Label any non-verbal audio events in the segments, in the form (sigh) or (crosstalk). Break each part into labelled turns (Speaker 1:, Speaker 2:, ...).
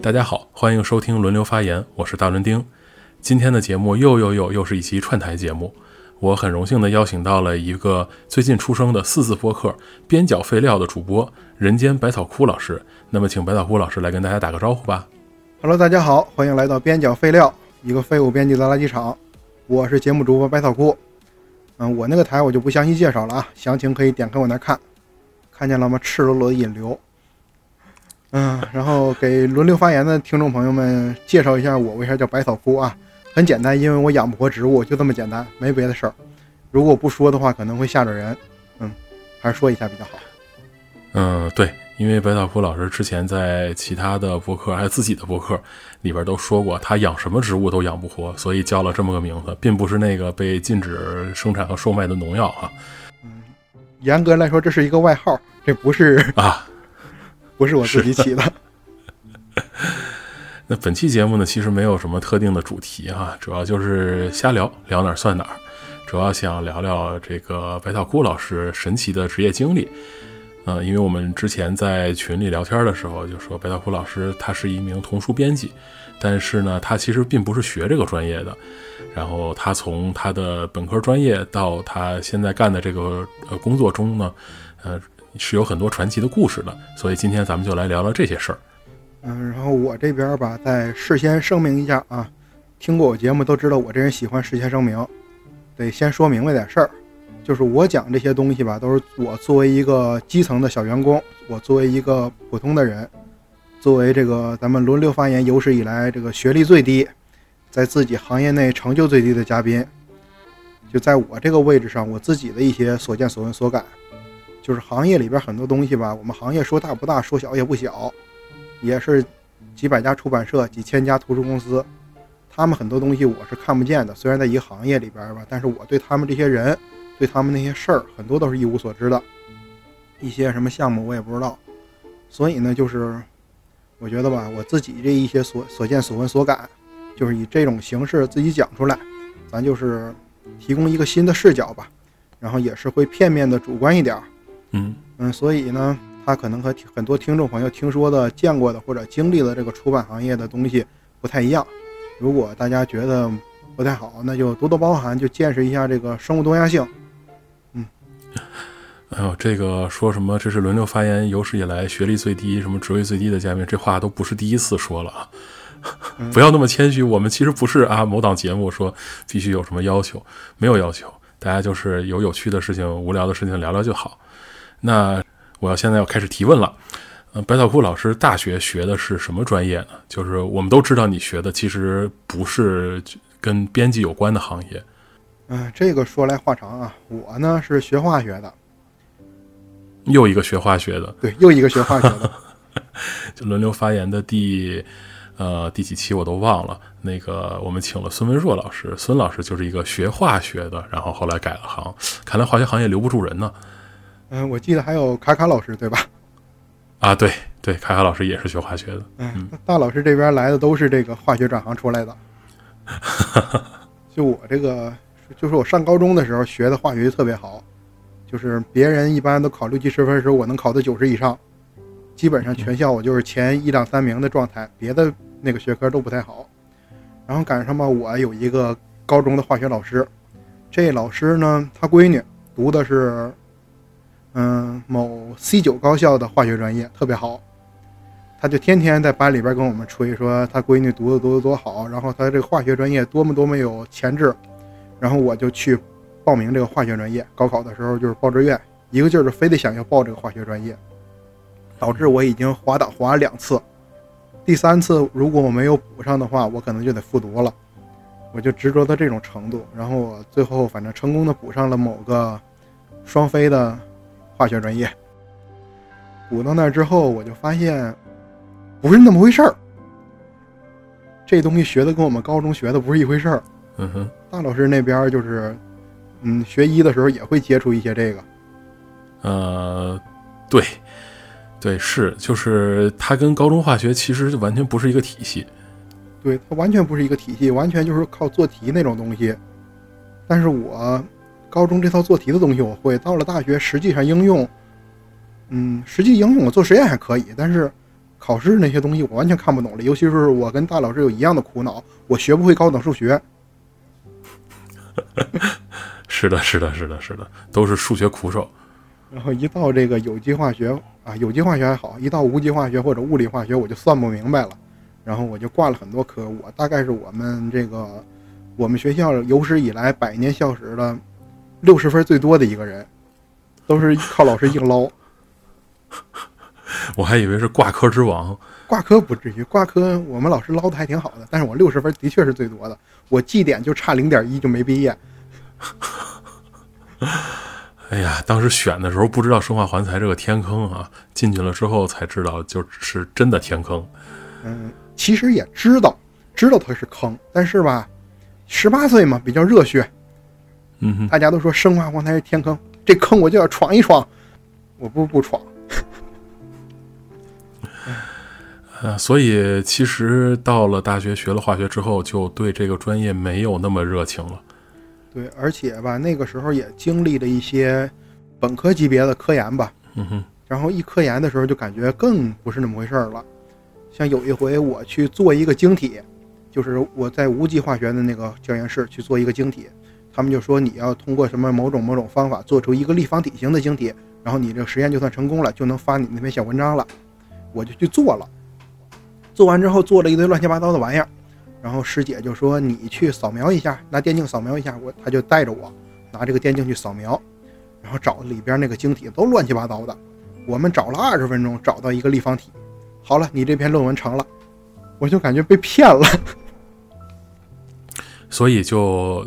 Speaker 1: 大家好，欢迎收听轮流发言，我是大伦丁。今天的节目又又又又是一期串台节目，我很荣幸的邀请到了一个最近出生的四字播客“边角废料”的主播人间百草枯老师。那么，请百草枯老师来跟大家打个招呼吧。
Speaker 2: Hello，大家好，欢迎来到边角废料，一个废物编辑的垃圾场。我是节目主播百草枯。嗯，我那个台我就不详细介绍了啊，详情可以点开我那看。看见了吗？赤裸裸的引流。嗯，然后给轮流发言的听众朋友们介绍一下我为啥叫百草枯啊？很简单，因为我养不活植物，就这么简单，没别的事儿。如果不说的话，可能会吓着人。嗯，还是说一下比较好。
Speaker 1: 嗯，对，因为百草枯老师之前在其他的博客，还有自己的博客里边都说过，他养什么植物都养不活，所以叫了这么个名字，并不是那个被禁止生产和售卖的农药啊
Speaker 2: 严格来说，这是一个外号，这不是
Speaker 1: 啊！
Speaker 2: 不是我自己起的。
Speaker 1: 那本期节目呢，其实没有什么特定的主题哈、主要就是瞎聊，聊哪儿算哪儿。主要想聊聊这个白草枯老师神奇的职业经历。呃，因为我们之前在群里聊天的时候就说，白草枯老师他是一名童书编辑，但是呢，他其实并不是学这个专业的。然后他从他的本科专业到他现在干的这个呃工作中呢，呃，是有很多传奇的故事的。所以今天咱们就来聊聊这些事儿。
Speaker 2: 嗯，然后我这边儿吧，再事先声明一下啊，听过我节目都知道我这人喜欢事先声明，得先说明白点事儿。就是我讲这些东西吧，都是我作为一个基层的小员工，我作为一个普通的人，作为这个咱们轮流发言有史以来这个学历最低，在自己行业内成就最低的嘉宾，就在我这个位置上，我自己的一些所见所闻所感，就是行业里边很多东西吧，我们行业说大不大，说小也不小，也是几百家出版社、几千家图书公司，他们很多东西我是看不见的。虽然在一个行业里边儿吧，但是我对他们这些人、对他们那些事儿，很多都是一无所知的。一些什么项目我也不知道，所以呢，就是我觉得吧，我自己这一些所所见所闻所感，就是以这种形式自己讲出来，咱就是提供一个新的视角吧，然后也是会片面的主观一点儿。
Speaker 1: 嗯，
Speaker 2: 嗯，所以呢，他可能和听很多听众朋友听说的、见过的或者经历的这个出版行业的东西不太一样。如果大家觉得不太好，那就多多包涵，就见识一下这个生物多样性。
Speaker 1: 哎呦，这个说什么这是轮流发言有史以来学历最低、什么职位最低的嘉宾，这话都不是第一次说了啊！不要那么谦虚，我们其实不是啊，某档节目说必须有什么要求，没有要求，大家就是有有趣的事情、无聊的事情聊聊就好。那我要现在要开始提问了。嗯，百草库老师大学学的是什么专业呢？就是我们都知道你学的其实不是跟编辑有关的行业。
Speaker 2: 嗯，这个说来话长啊，我呢是学化学的，
Speaker 1: 又一个学化学的，
Speaker 2: 对，又一个学化学的。
Speaker 1: 就轮流发言的第呃第几期我都忘了。那个我们请了孙文硕老师，孙老师就是一个学化学的，然后后来改了行，看来化学行业留不住人呢。
Speaker 2: 嗯，我记得还有卡卡老师，对吧？
Speaker 1: 啊，对对，凯凯老师也是学化学的。
Speaker 2: 嗯，大老师这边来的都是这个化学转行出来的。就我这个，就是我上高中的时候学的化学就特别好，就是别人一般都考六七十分的时候，我能考到九十以上，基本上全校我就是前一两三名的状态，别的那个学科都不太好。然后赶上吧，我有一个高中的化学老师，这老师呢，他闺女读的是，嗯，某 C 九高校的化学专业，特别好。他就天天在班里边跟我们吹说他闺女读的多多多好，然后他这个化学专业多么多么有潜质，然后我就去报名这个化学专业。高考的时候就是报志愿，一个劲儿的非得想要报这个化学专业，导致我已经滑倒滑了两次，第三次如果我没有补上的话，我可能就得复读了。我就执着到这种程度，然后我最后反正成功的补上了某个双非的化学专业。补到那儿之后，我就发现不是那么回事儿。这东西学的跟我们高中学的不是一回事儿。
Speaker 1: 嗯哼，
Speaker 2: 大老师那边儿就是，嗯，学医的时候也会接触一些这个，
Speaker 1: 呃，对对是，就是它跟高中化学其实完全不是一个体系。
Speaker 2: 对，它完全不是一个体系，完全就是靠做题那种东西。但是我高中这套做题的东西我会，到了大学实际上应用，嗯，实际应用我做实验还可以，但是考试那些东西我完全看不懂了，尤其是我跟大老师有一样的苦恼，我学不会高等数学。
Speaker 1: 是的，是的，是的，是的，都是数学苦手。
Speaker 2: 然后一到这个有机化学啊，有机化学还好，一到无机化学或者物理化学，我就算不明白了。然后我就挂了很多科，我大概是我们这个我们学校有史以来百年校史的六十分最多的一个人，都是靠老师硬捞。
Speaker 1: 我还以为是挂科之王，
Speaker 2: 挂科不至于，挂科我们老师捞的还挺好的，但是我六十分的确是最多的，我绩点就差零点一就没毕业。
Speaker 1: 哎呀，当时选的时候不知道生化环材这个天坑啊，进去了之后才知道，就是真的天坑。
Speaker 2: 嗯，其实也知道，知道它是坑，但是吧，十八岁嘛，比较热血，
Speaker 1: 嗯哼，
Speaker 2: 大家都说生啊化环材是天坑，这坑我就要闯一闯，我不不闯。
Speaker 1: 呃，所以其实到了大学学了化学之后，就对这个专业没有那么热情了。
Speaker 2: 对，而且吧，那个时候也经历了一些本科级别的科研吧，
Speaker 1: 嗯哼，
Speaker 2: 然后一科研的时候就感觉更不是那么回事儿了。像有一回我去做一个晶体，就是我在无机化学的那个教研室去做一个晶体，他们就说你要通过什么某种某种方法做出一个立方体型的晶体，然后你这个实验就算成功了，就能发你那篇小文章了。我就去做了，做完之后做了一堆乱七八糟的玩意儿，然后师姐就说你去扫描一下，拿电镜扫描一下，我她就带着我拿这个电镜去扫描，然后找里边那个晶体都乱七八糟的，我们找了二十分钟找到一个立方体。好了，你这篇论文成了，我就感觉被
Speaker 1: (laughs)
Speaker 2: 骗了。
Speaker 1: 所以就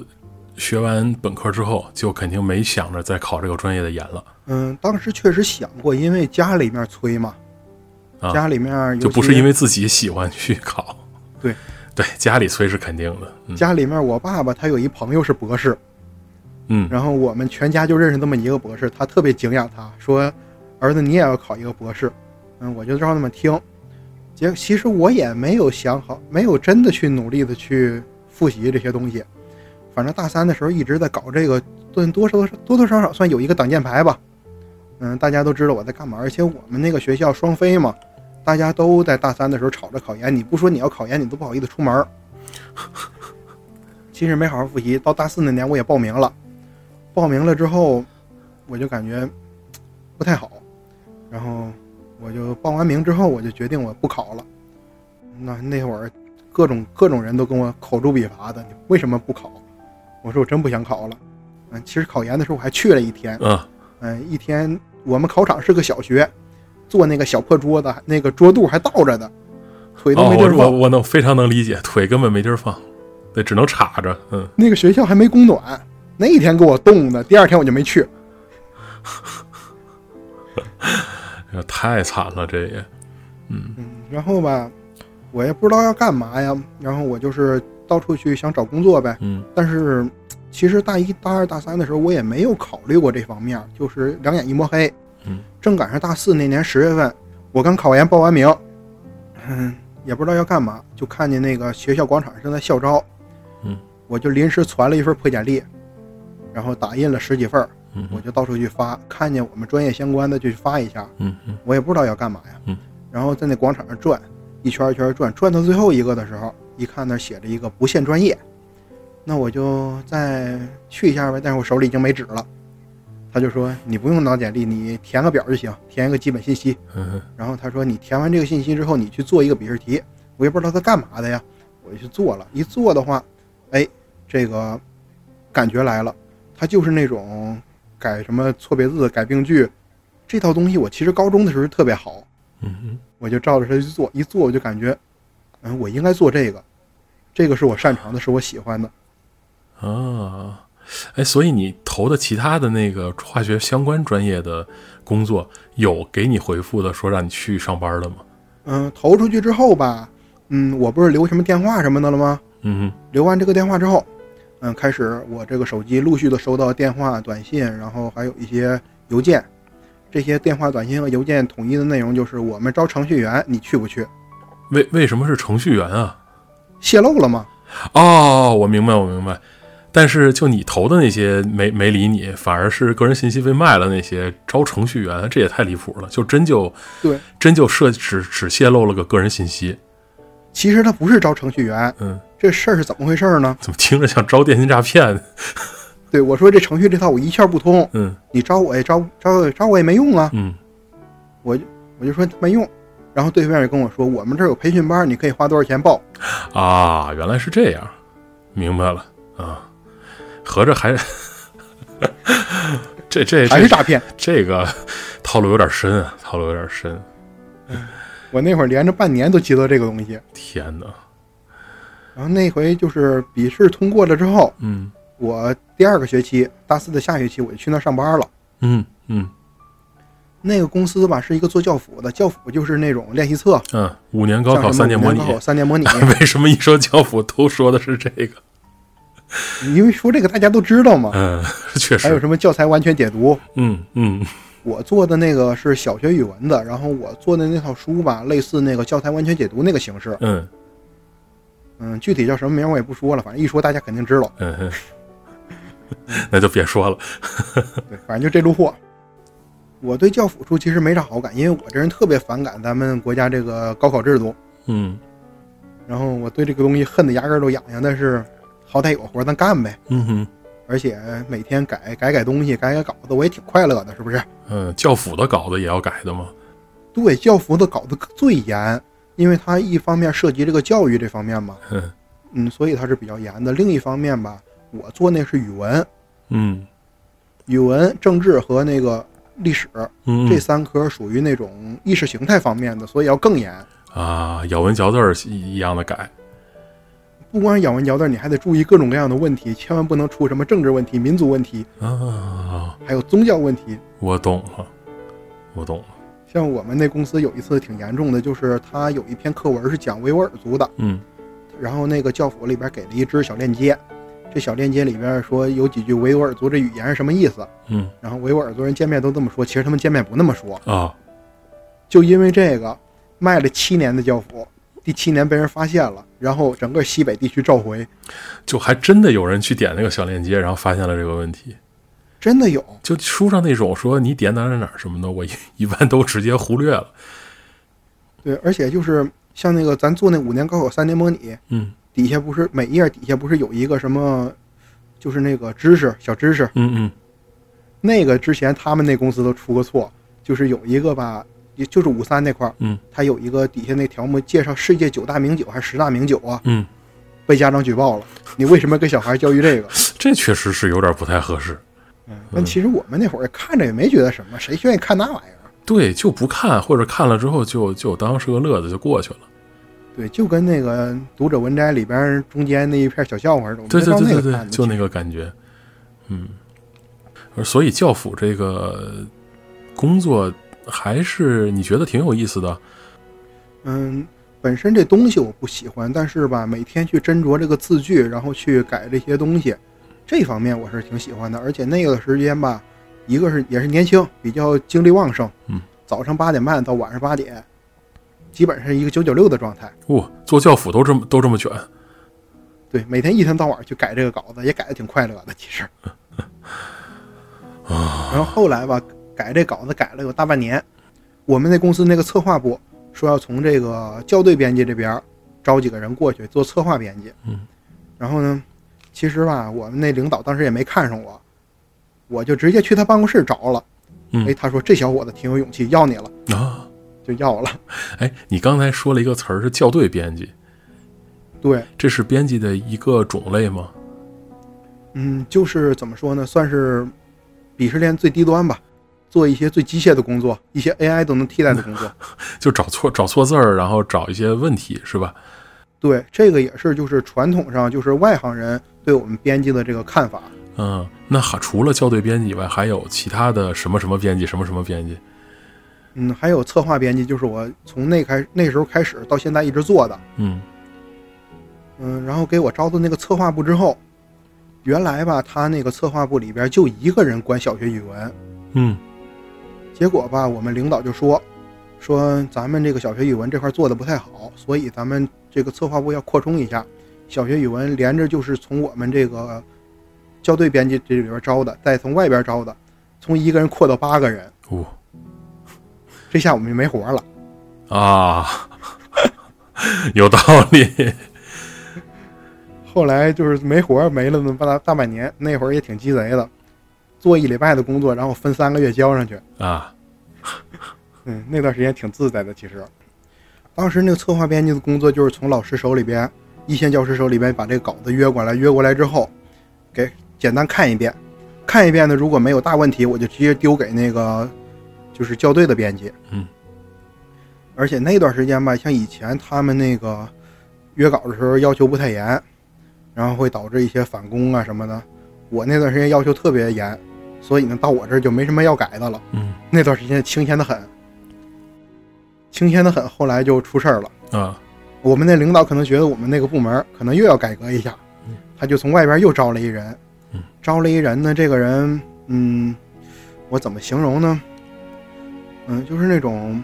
Speaker 1: 学完本科之后，就肯定没想着再考这个专业的研了，
Speaker 2: 嗯，当时确实想过，因为家里面催嘛，
Speaker 1: 啊
Speaker 2: 家里面
Speaker 1: 就不是因
Speaker 2: 为
Speaker 1: 为自己喜欢去考。
Speaker 2: 对，
Speaker 1: (laughs) 对，家里催是肯定的。嗯
Speaker 2: 家里面我爸爸他有一朋友是博士，
Speaker 1: 嗯，
Speaker 2: 然后我们全家就认识那么一个博士，他特别敬仰他，说儿子你也要考一个博士。嗯，我就照那么听。结其实我也没有想好，没有真的去努力的去复习这些东西。反正大三的时候一直在搞这个，多多少多多少少算有一个挡箭牌吧。嗯，大家都知道我在干嘛，而且我们那个学校双非嘛，大家都在大三的时候吵着考研，你不说你要考研，你都不好意思出门儿。其实没好好复习，到大四那年我也报名了，报名了之后，我就感觉不太好，然后我就报完名之后，我就决定我不考了。那那会儿，各种各种人都跟我口诛笔伐的，你为什么不考？我说我真不想考了。嗯，其实考研的时候我还去了一天，
Speaker 1: 嗯，
Speaker 2: 嗯，一天我们考场是个小学，坐那个小破桌子，那个桌肚还倒着的，腿都
Speaker 1: 哦，
Speaker 2: 没地
Speaker 1: 我
Speaker 2: 儿
Speaker 1: 我
Speaker 2: 放。
Speaker 1: 我能非常能理解，腿根本没地儿放，对，只能插着。嗯，
Speaker 2: 那个学校还没供暖，那一天给我冻的，第二天我就没去。
Speaker 1: 哎呀太惨了，这也，嗯
Speaker 2: 嗯，然后吧，我也不知道要干嘛呀，然后我就是到处去想找工作呗。
Speaker 1: 嗯
Speaker 2: 但是其实大一、大二、大三的时候，我也没有考虑过这方面，就是两眼一摸黑。
Speaker 1: 嗯，
Speaker 2: 正赶上大四那年十月份，我刚考研报完名，嗯，也不知道要干嘛，就看见那个学校广场正在校招，
Speaker 1: 嗯，
Speaker 2: 我就临时传了一份破简历，然后打印了十几份儿，
Speaker 1: 嗯
Speaker 2: 我
Speaker 1: 嗯
Speaker 2: 就到处去发，看见我们专业相关的就去发一下，
Speaker 1: 嗯嗯
Speaker 2: 我也不知道要干嘛呀。
Speaker 1: 嗯
Speaker 2: 然后在那广场上转，一圈一圈转，转到最后一个的时候，一看那儿写着一个不限专业，那我就再去一下呗。但是我手里已经没纸了。他就说你不用拿简历，你填个表就行，填一个基本信息。
Speaker 1: 嗯
Speaker 2: 然后他说你填完这个信息之后，你去做一个笔试题。我也不知道他干嘛的呀，我就去做了。一做的话，哎，这个感觉来了，他就是那种改什么错别字、改病句这套东西，我其实高中的时候特别好，
Speaker 1: 嗯嗯，
Speaker 2: 我就照着它去做，一做我就感觉，嗯，我应该做这个，这个是我擅长的，是我喜欢的。
Speaker 1: 啊，哎，所以你投的其他的那个化学相关专业的工作，有给你回复的说让你去上班的吗？
Speaker 2: 嗯，投出去之后吧，嗯，我不是留什么电话什么的了吗？
Speaker 1: 嗯
Speaker 2: 留完这个电话之后，嗯，开始我这个手机陆续的收到电话、短信，然后还有一些邮件。这些电话、短信和邮件统一的内容就是我们招程序员，你去不去？
Speaker 1: 哼，为为什么是程序员啊？
Speaker 2: 泄露了吗？
Speaker 1: 哦，我明白，我明白，但是就你投的那些没没理你，反而是个人信息被卖了那些招程序员，这也太离谱了，就真就
Speaker 2: 对，
Speaker 1: 真就涉只只泄露了个个人信息，
Speaker 2: 其实他不是招程序员，
Speaker 1: 嗯，
Speaker 2: 这事儿是怎么回事呢？
Speaker 1: 怎么听着像招电信诈骗？
Speaker 2: 对我说这程序这套我一窍不通，
Speaker 1: 嗯
Speaker 2: 你招我也招招招我也没用啊，
Speaker 1: 嗯
Speaker 2: 我就说没用。然后对面也跟我说，我们这儿有培训班，你可以花多少钱报？
Speaker 1: 啊，原来是这样，明白了啊，合着还这这
Speaker 2: 还是
Speaker 1: 这
Speaker 2: 诈骗？
Speaker 1: 这个套路有点深啊，套路有点深。
Speaker 2: 我那会儿连着半年都接到这个东西。
Speaker 1: 天哪，
Speaker 2: 然后那回就是笔试通过了之后，
Speaker 1: 嗯
Speaker 2: 我第二个学期大四的下学期我就去那儿上班了。
Speaker 1: 嗯嗯
Speaker 2: 那个公司吧是一个做教辅的，教辅就是那种练习册，
Speaker 1: 嗯，五年高
Speaker 2: 像什
Speaker 1: 考
Speaker 2: 么
Speaker 1: 三年模
Speaker 2: 五
Speaker 1: 拟
Speaker 2: 高，考三
Speaker 1: (laughs)
Speaker 2: 年模拟。
Speaker 1: 为什么一说教辅都说的是这个？
Speaker 2: 因为说这个大家都知
Speaker 1: (laughs)
Speaker 2: 道嘛。
Speaker 1: 嗯，确
Speaker 2: 还有
Speaker 1: 实，
Speaker 2: 什么教材完全解读？
Speaker 1: 嗯嗯
Speaker 2: 我做的那个是小学语文的，然后我做的那套书吧，类似那个教材完全解读那个形式。
Speaker 1: 嗯
Speaker 2: 嗯，具体叫什么名我也不说了，反正一说大家肯定知
Speaker 1: (laughs)
Speaker 2: 道。
Speaker 1: 嗯嗯，那就别说了。
Speaker 2: 对，反正就这路货。我对教辅书其实没啥好感，因为我这人特别反感咱们国家这个高考制度，
Speaker 1: 嗯
Speaker 2: 然后我对这个东西恨得牙根儿都痒痒。但是好歹有活儿咱干呗，
Speaker 1: 嗯哼
Speaker 2: 而且每天改改改东西，改改稿子，我也挺快乐的，是不是？
Speaker 1: 嗯，教辅的稿子也要改的吗？
Speaker 2: 对，教辅的搞得最严，因为它一方面涉及这个教育这方面嘛，
Speaker 1: (laughs) 嗯
Speaker 2: 嗯，所以它是比较严的。另一方面吧，我做那是语文、
Speaker 1: 嗯
Speaker 2: 语文、政治和那个历史
Speaker 1: 嗯，
Speaker 2: 这三科属于那种意识形态方面的，所以要更严。
Speaker 1: 啊，咬文嚼字儿一一样的改。
Speaker 2: 不光是咬文嚼字，你还得注意各种各样的问题，千万不能出什么政治问题、民族问题，
Speaker 1: 啊，
Speaker 2: 还有宗教问题。
Speaker 1: 我懂了，我懂了。
Speaker 2: 像我们那公司有一次挺严重的，就是他有一篇课文是讲维吾尔族的，
Speaker 1: 嗯
Speaker 2: 然后那个教辅里边给了一支小链接，这小链接里边说有几句维吾尔族这语言是什么意思，
Speaker 1: 嗯
Speaker 2: 然后维吾尔族人见面都这么说，其实他们见面不那么说，
Speaker 1: 啊，
Speaker 2: 就因为这个卖了七年的教辅，第七年被人发现了，然后整个西北地区召回，
Speaker 1: 就还真的有人去点那个小链接，然后发现了这个问题。
Speaker 2: 真的有。
Speaker 1: 就书上那种说你点哪儿哪儿哪儿什么的，我一一般都直接忽略了。
Speaker 2: 对，而且就是像那个咱做那五年高考三年模拟，
Speaker 1: 嗯
Speaker 2: 底下不是每一页底下不是有一个什么，就是那个知识小知识，
Speaker 1: 嗯嗯
Speaker 2: 那个之前他们那公司都出过错，就是有一个吧，也就是五三那块儿，
Speaker 1: 嗯，
Speaker 2: 它有一个底下那条目介绍世界九大名酒还是十大名酒啊，
Speaker 1: 嗯，
Speaker 2: 被家长举报了，你为什么给小孩教
Speaker 1: (laughs)
Speaker 2: 育这个？
Speaker 1: 这确实是有点不太合适。
Speaker 2: 嗯，但其实我们那会儿看着也没觉得什么，谁愿意看那玩意儿啊？
Speaker 1: 对，就不看，或者看了之后就就当是个乐子就过去了。
Speaker 2: 对，就跟那个读者文摘里边儿中间那一片小笑话似的，我
Speaker 1: 对
Speaker 2: 们
Speaker 1: 对
Speaker 2: 当那
Speaker 1: 对
Speaker 2: 个
Speaker 1: 对对，
Speaker 2: 看的
Speaker 1: 就那个感觉。嗯，而所以教辅这个工作还是你觉得挺有意思的。
Speaker 2: 嗯，本身这东西我不喜欢，但是吧，每天去斟酌这个字句，然后去改这些东西，这方面我是挺喜欢的。而且那个时间吧，一个是也是年轻，比较精力旺盛，
Speaker 1: 嗯，
Speaker 2: 早上八点半到晚上八点，基本上一个九九六的状态。
Speaker 1: 哇、哦做教辅都这么都这么卷。
Speaker 2: 对，每天一天到晚去改这个稿子，也改的挺快乐的，其
Speaker 1: (laughs)
Speaker 2: 实。
Speaker 1: 哦
Speaker 2: 然后后来吧，改这稿子改了有大半年，我们那公司那个策划部说要从这个校对编辑这边招几个人过去做策划编辑。
Speaker 1: 嗯。
Speaker 2: 然后呢，其实吧，我们那领导当时也没看上我，我就直接去他办公室找了。
Speaker 1: 嗯
Speaker 2: 哎，他说这小伙子挺有勇气，要你了，
Speaker 1: 啊，
Speaker 2: 就要我了。
Speaker 1: 哎，你刚才说了一个词儿是校对编辑，
Speaker 2: 对，
Speaker 1: 这是编辑的一个种类吗？
Speaker 2: 嗯，就是怎么说呢，算是鄙视链最低端吧，做一些最机械的工作，一些 AI 都能替代的工作。
Speaker 1: 就找错找错字儿，然后找一些问题是吧？
Speaker 2: 对，这个也是就是传统上就是外行人对我们编辑的这个看法。
Speaker 1: 嗯，那还除了校对编辑以外，还有其他的什么什么编辑，什么什么编辑？
Speaker 2: 嗯，还有策划编辑，就是我从那开那时候开始到现在一直做的。
Speaker 1: 嗯
Speaker 2: 嗯，然后给我招到那个策划部之后，原来吧，他那个策划部里边就一个人管小学语文，
Speaker 1: 嗯
Speaker 2: 结果吧，我们领导就说，说咱们这个小学语文这块做的不太好，所以咱们这个策划部要扩充一下，小学语文连着就是从我们这个校对编辑这里边招的，再从外边招的，从一个人扩到八个人，
Speaker 1: 哦
Speaker 2: 这下我们就没活了。
Speaker 1: 啊， (laughs) 有道理。
Speaker 2: 后来就是没活没了那么大大半年，那会儿也挺鸡贼的，做一礼拜的工作，然后分三个月交上去。
Speaker 1: 啊，
Speaker 2: 嗯，那段时间挺自在的。其实，当时那个策划编辑的工作就是从老师手里边、一线教师手里边把这个稿子约过来，约过来之后，给简单看一遍，看一遍呢，如果没有大问题，我就直接丢给那个就是校对的编辑。
Speaker 1: 嗯。
Speaker 2: 而且那段时间吧，像以前他们那个约稿的时候要求不太严，然后会导致一些返工啊什么的。我那段时间要求特别严，所以呢，到我这儿就没什么要改的了。
Speaker 1: 嗯
Speaker 2: 那段时间清闲的很，清闲的很。后来就出事儿了，
Speaker 1: 啊，
Speaker 2: 我们那领导可能觉得我们那个部门儿可能又要改革一下
Speaker 1: 嗯，
Speaker 2: 他就从外边又招了一人
Speaker 1: 嗯，
Speaker 2: 招了一人呢，这个人，嗯，我怎么形容呢？嗯，就是那种，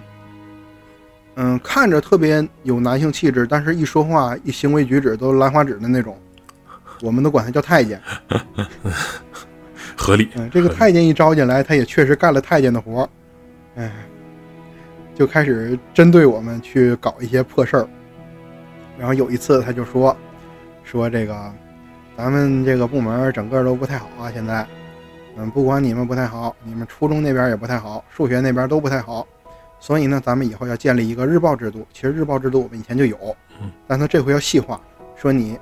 Speaker 2: 嗯，看着特别有男性气质，但是一说话、一行为举止都兰花指的那种，我们都管他叫太监。
Speaker 1: 合理。
Speaker 2: 嗯，这个太监一招进来，他也确实干了太监的活儿，哎，就开始针对我们去搞一些破事儿。然后有一次他就说，说这个咱们这个部门儿整个都不太好啊，现在，嗯，不光你们不太好，你们初中那边儿也不太好，数学那边儿都不太好，所以呢，咱们以后要建立一个日报制度。其实日报制度我们以前就有
Speaker 1: 嗯，
Speaker 2: 但他这回要细化，说你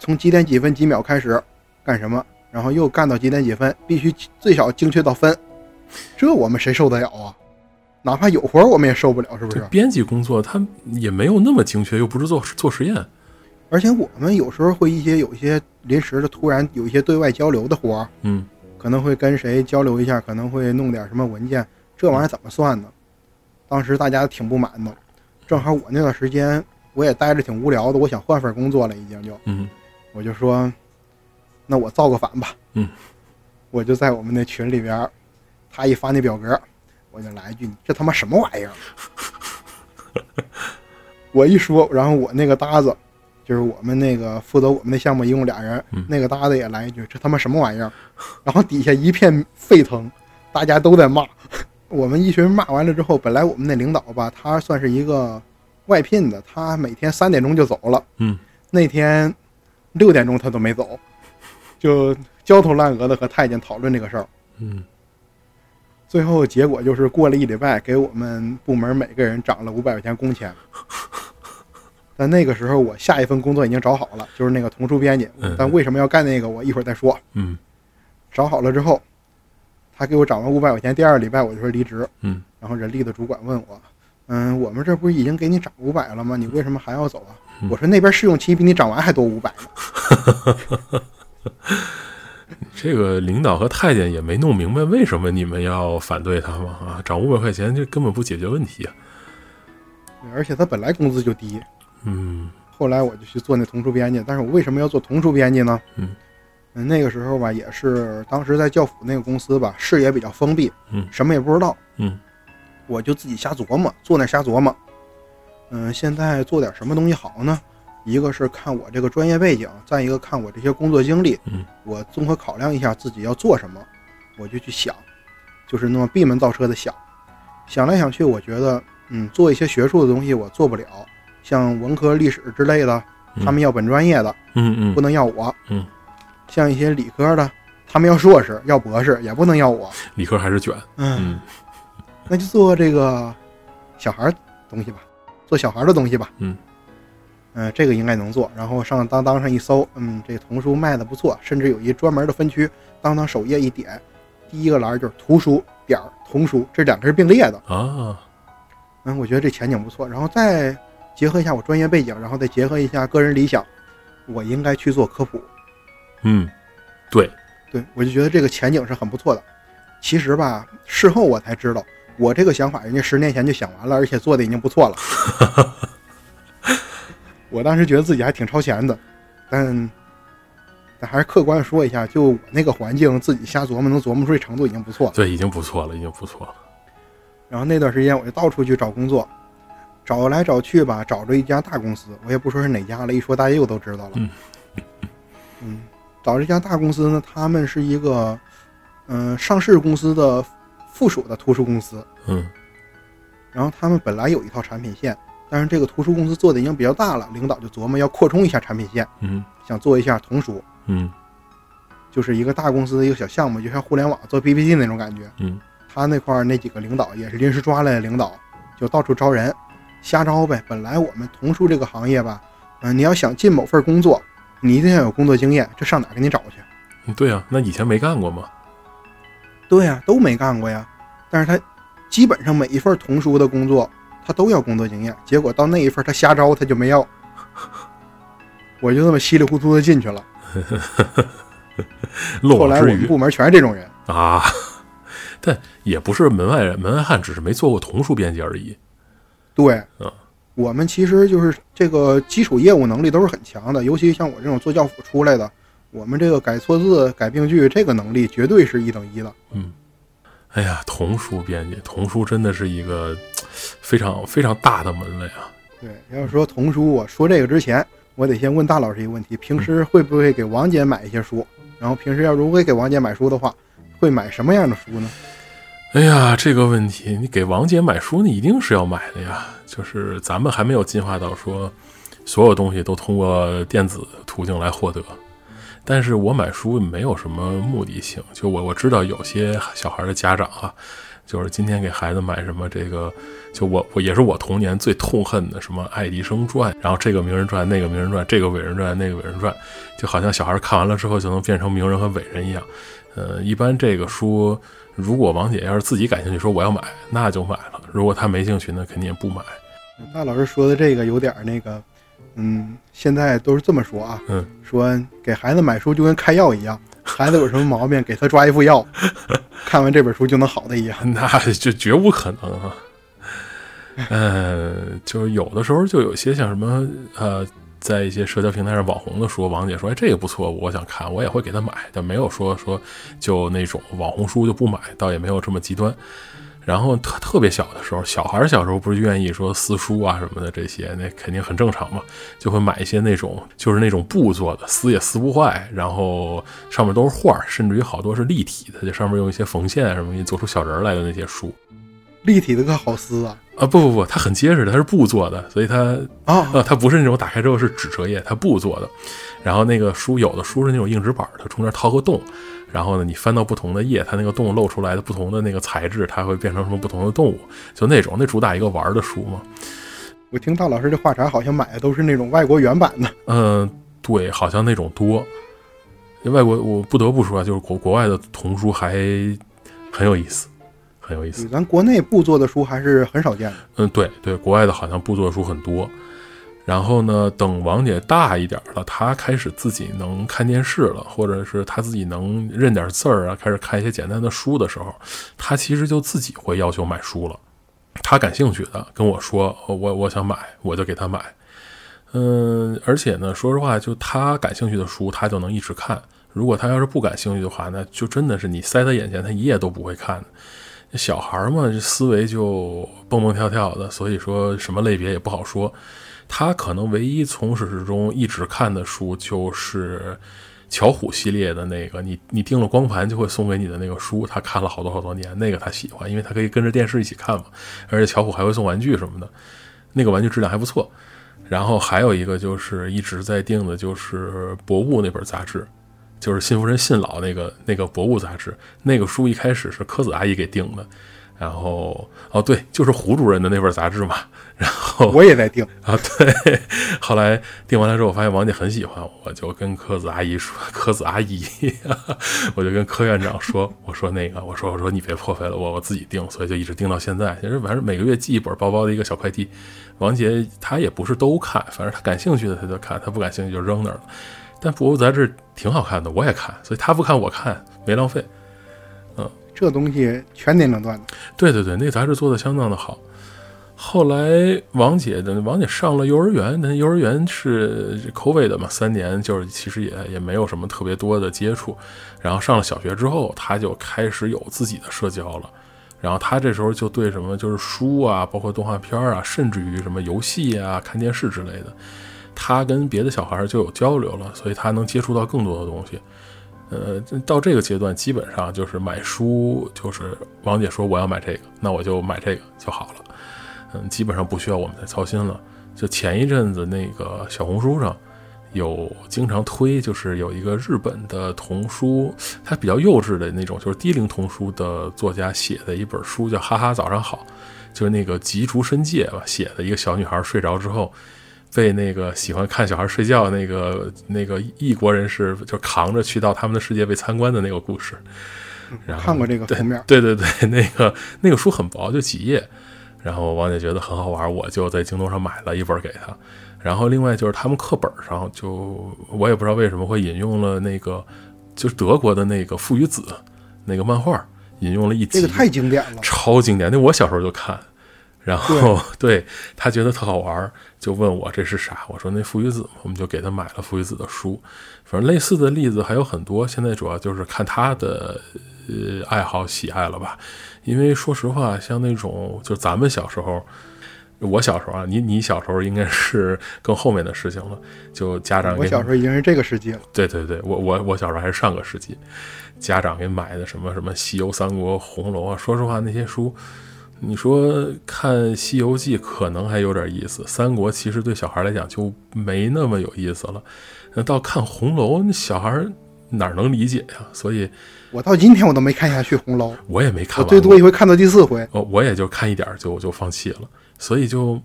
Speaker 2: 从几点几分几秒开始干什么，然后又干到几点几分，必须最少精确到分，这我们谁受得了啊？哪怕有活儿我们也受不了，是不
Speaker 1: 这
Speaker 2: 是？
Speaker 1: 编辑工作他也没有那么精确，又不是做做实验。
Speaker 2: 而且我们有时候会一些有一些临时的，突然有一些对外交流的活儿，
Speaker 1: 嗯
Speaker 2: 可能会跟谁交流一下，可能会弄点什么文件，这玩意儿怎么算呢？当时大家挺不满的，正好我那段时间我也待着挺无聊的，我想换份工作了，已经就
Speaker 1: 嗯
Speaker 2: 我就说，那我造个反吧，
Speaker 1: 嗯，
Speaker 2: 我就在我们那群里边儿，他一发那表格，我就来一句，你这他妈什么玩意儿？ (laughs) 我一说，然后我那个搭子，就是我们那个负责我们那项目一共俩人，
Speaker 1: 嗯
Speaker 2: 那个搭子也来一句，这他妈什么玩意儿？然后底下一片沸腾，大家都在骂。我们一群人骂完了之后，本来我们那领导吧，他算是一个外聘的，他每天三点钟就走了。
Speaker 1: 嗯，
Speaker 2: 那天六点钟他都没走，就焦头烂额的和太监讨论这个事儿。
Speaker 1: 嗯，
Speaker 2: 最后结果就是过了一礼拜，给我们部门每个人涨了五百块钱工钱。但那个时候我下一份工作已经找好了，就是那个童书编辑
Speaker 1: 嗯。
Speaker 2: 但为什么要干那个，我一会儿再说。
Speaker 1: 嗯
Speaker 2: 找好了之后，他给我涨完五百块钱，第二礼拜我就说离职。
Speaker 1: 嗯，
Speaker 2: 然后人力的主管问我，嗯，我们这不是已经给你涨五百了吗？你为什么还要走啊？我说那边试用期比你涨完还多五百呢。
Speaker 1: 这个领导和太监也没弄明白为什么你们要反对他们啊？涨五百块钱这根本不解决问题啊！
Speaker 2: 而且他本来工资就低，
Speaker 1: 嗯
Speaker 2: 后来我就去做那童书编辑。但是我为什么要做童书编辑呢？
Speaker 1: 嗯
Speaker 2: 嗯，那个时候吧，也是当时在教辅那个公司吧，视野比较封闭，
Speaker 1: 嗯
Speaker 2: 什么也不知道，
Speaker 1: 嗯
Speaker 2: 我就自己瞎琢磨，坐那瞎琢磨。嗯，现在做点什么东西好呢？一个是看我这个专业背景，再一个看我这些工作经历，
Speaker 1: 嗯
Speaker 2: 我综合考量一下自己要做什么，我就去想，就是那么闭门造车的想，想来想去，我觉得，嗯，做一些学术的东西我做不了，像文科、历史之类的，他们要本专业的，
Speaker 1: 嗯
Speaker 2: 不
Speaker 1: 嗯，
Speaker 2: 能要我。
Speaker 1: 嗯，
Speaker 2: 像一些理科的，他们要硕士、要博士，也不能要我。
Speaker 1: 理科还是卷。
Speaker 2: 嗯，
Speaker 1: 嗯
Speaker 2: 那就做这个小孩儿东西吧，做小孩儿的东西吧。
Speaker 1: 嗯，
Speaker 2: 嗯、这个应该能做。然后上当当上一搜，嗯，这童书卖的不错，甚至有一专门的分区，当当首页一点，第一个栏儿就是图书点儿童书，这两个是并列的。
Speaker 1: 啊，
Speaker 2: 嗯，我觉得这前景不错。然后再结合一下我专业背景，然后再结合一下个人理想，我应该去做科普。
Speaker 1: 嗯，对，
Speaker 2: 对我就觉得这个前景是很不错的。其实吧，事后我才知道，我这个想法人家十年前就想完了，而且做的已经不错了。 (laughs) 我当时觉得自己还挺超前的，但但还是客观地说一下，就我那个环境，自己瞎琢磨能琢磨出这程度已经不错了。
Speaker 1: 对，已经不错了，已经不错了。
Speaker 2: 然后那段时间我就到处去找工作，找来找去吧，找着一家大公司，我也不说是哪家了，一说大家又都知道了。
Speaker 1: 嗯
Speaker 2: 嗯找这家大公司呢，他们是一个嗯、呃上市公司的附属的图书公司，
Speaker 1: 嗯
Speaker 2: 然后他们本来有一套产品线，但是这个图书公司做的已经比较大了，领导就琢磨要扩充一下产品线，
Speaker 1: 嗯
Speaker 2: 想做一下童书，
Speaker 1: 嗯
Speaker 2: 就是一个大公司的一个小项目，就像互联网做 PPT 那种感觉。
Speaker 1: 嗯，
Speaker 2: 他那块儿那几个领导也是临时抓来的领导，就到处招人，瞎招呗。本来我们童书这个行业吧，嗯、你要想进某份工作，你一定要有工作经验，这上哪儿给你找去？
Speaker 1: 嗯对啊，那以前没干过嘛，
Speaker 2: 对呀、都没干过呀。但是他基本上每一份童书的工作，他都要工作经验。结果到那一份他瞎招，他就
Speaker 1: (laughs)
Speaker 2: 没要。我就这么稀里糊涂的进去了。
Speaker 1: 漏
Speaker 2: 后来
Speaker 1: 网
Speaker 2: 我
Speaker 1: 之
Speaker 2: 们
Speaker 1: 鱼
Speaker 2: 部门全是这种人。
Speaker 1: 啊，但也不是门外人，门外汉，只是没做过童书编辑而已。
Speaker 2: 对
Speaker 1: 嗯，
Speaker 2: 我们其实就是这个基础业务能力都是很强的，尤其像我这种做教辅出来的，我们这个改错字、改病句这个能力绝对是一等一的。
Speaker 1: 哎呀，童书编辑，童书真的是一个非常非常大的门类啊。
Speaker 2: 对，要说童书，我说这个之前，我得先问大老师一个问题：平时会不会给王姐买一些书？然后平时要如果给王姐买书的话，会买什么样的书呢？
Speaker 1: 哎呀，这个问题，你给王姐买书，你一定是要买的呀。就是咱们还没有进化到说所有东西都通过电子途径来获得。但是我买书没有什么目的性，就我我知道有些小孩的家长啊，就是今天给孩子买什么这个，就我我也是我童年最痛恨的什么爱迪生传，然后这个名人传，那个名人传，这个伟人传，那个伟人传，就好像小孩看完了之后就能变成名人和伟人一样。呃，一般这个书，如果王姐要是自己感兴趣，说我要买，那就买了；如果她没兴趣，那肯定也不买。 (laughs)
Speaker 2: 大老师说的这个有点儿那个，嗯，现在都是这么说啊，
Speaker 1: 嗯，
Speaker 2: 说给孩子买书就跟开药
Speaker 1: (laughs)
Speaker 2: 一样，孩子有什么毛病，给他抓一副药，看完这本书就能好的一样。
Speaker 1: 那就绝无可能啊。呃，就是有的时候就有些像什么呃，在一些社交平台上网红的书，王姐说哎这个不错，我想看，我也会给她买，但没有说说就那种网红书就不买，倒也没有这么极端。然后特特别小的时候，小孩儿小时候不是愿意说撕书啊什么的这些，那肯定很正常嘛，就会买一些那种就是那种布做的，撕也撕不坏，然后上面都是画儿，甚至于好多是立体的，就上面用一些缝线啊什么给你做出小人儿来的那些书
Speaker 2: 立体的可好撕啊！
Speaker 1: 啊，不不不，它很结实的，它是布做的，所以它
Speaker 2: 啊，
Speaker 1: (laughs) 呃，它不是那种打开之后是纸折页，它布做的。然后那个书有的书是那种硬纸板儿，它中间掏个洞，然后呢，你翻到不同的页，它那个洞露出来的不同的那个材质，它会变成什么不同的动物，就那种那主打一个玩儿的书嘛。
Speaker 2: 我听大老师这话茬，好像买的都是那种外国原版
Speaker 1: (laughs)
Speaker 2: 的。
Speaker 1: 嗯，对，好像那种多。因为外国我不得不说啊，就是国国外的童书还很有意思，很有意思。
Speaker 2: 咱国内布做的书还是很少见的。
Speaker 1: 嗯，对对，国外的好像布做书很多。然后呢，等王姐大一点儿了，她开始自己能看电视了，或者是她自己能认点字儿啊，开始看一些简单的书的时候，她其实就自己会要求买书了。她感兴趣的跟我说，哦我我想买，我就给她买。嗯，而且呢，说实话，就她感兴趣的书，她就能一直看。如果她要是不感兴趣的话，那就真的是你塞她眼前，她一页都不会看的。小孩儿嘛，这思维就蹦蹦跳跳的，所以说什么类别也不好说。他可能唯一从始至终一直看的书就是巧虎系列的那个，你你订了光盘就会送给你的那个书，他看了好多好多年，那个他喜欢，因为他可以跟着电视一起看嘛，而且巧虎还会送玩具什么的，那个玩具质量还不错。然后还有一个就是一直在订的就是博物那本杂志，就是信夫人信老那个那个博物杂志，那个书一开始是柯子阿姨给订的，然后哦对，就是胡主任的那本杂志嘛， (laughs) 然后
Speaker 2: 我也在订，
Speaker 1: 啊， (laughs) 对，后来订完了之后，我发现王姐很喜欢我，我就跟柯子阿姨说，柯子阿姨， (laughs) 我就跟柯院长说，我说那个，我说我说你别破费了，我我自己订，所以就一直订到现在。其实反正每个月寄一本薄薄的一个小快递，王姐她也不是都看，反正她感兴趣的她就看，她不感兴趣就扔那儿了。但博物杂志挺好看的，我也看，所以她不看我看，没浪费。
Speaker 2: 这东西全年龄段的。
Speaker 1: 对对对，那杂志做的相当的好。后来王姐的王姐上了幼儿园，但幼儿园是 COVID 的嘛，三年就是其实也也没有什么特别多的接触。然后上了小学之后，她就开始有自己的社交了。然后她这时候就对什么就是书啊，包括动画片啊，甚至于什么游戏啊、看电视之类的，他跟别的小孩儿就有交流了，所以他能接触到更多的东西。呃，这到这个阶段，基本上就是买书，就是王姐说我要买这个，那我就买这个就好了。嗯，基本上不需要我们再操心了。就前一阵子那个小红书上有经常推，就是有一个日本的童书，它比较幼稚的那种，就是低龄童书的作家写的一本书，叫《哈哈早上好》，就是那个吉竹伸介吧写的一个小女孩睡着之后。被那个喜欢看小孩睡觉那个那个异国人士就扛着去到他们的世界被参观的那个故事，然后
Speaker 2: 看过这个封面，
Speaker 1: 对对对，那个 (laughs) 那个书很薄，就几页。然后王姐觉得很好玩，我就在京东上买了一本给她。然后另外就是他们课本上就我也不知道为什么会引用了那个就是德国的那个《父与子》那个漫画，引用了一集，
Speaker 2: 这个太经典了。
Speaker 1: 超经典，那我小时候就看。然后 (laughs) 对他觉得特好玩儿，就问我这是啥？我说那父与子嘛，我们就给他买了父与子的书。反正类似的例子还有很多，现在主要就是看他的呃爱好喜爱了吧。因为说实话，像那种就咱们小时候，我小时候啊，你你小时候应该是更后面的事情了。就家长给
Speaker 2: 我小时候已经是这个世纪了，
Speaker 1: 对对对，我我我小时候还是上个世纪，家长给买的什么什么《西游》《三国》《红楼》啊，说实话那些书。你说看《西游记》可能还有点意思，《三国》其实对小孩来讲就没那么有意思了。那到看《红楼》，那小孩哪能理解呀？所以
Speaker 2: 我到今天我都没看下去《红楼》，
Speaker 1: 我也没看完。
Speaker 2: 我最多一回看到第四回。
Speaker 1: 我呃我也就看一点儿就就放弃了。所以就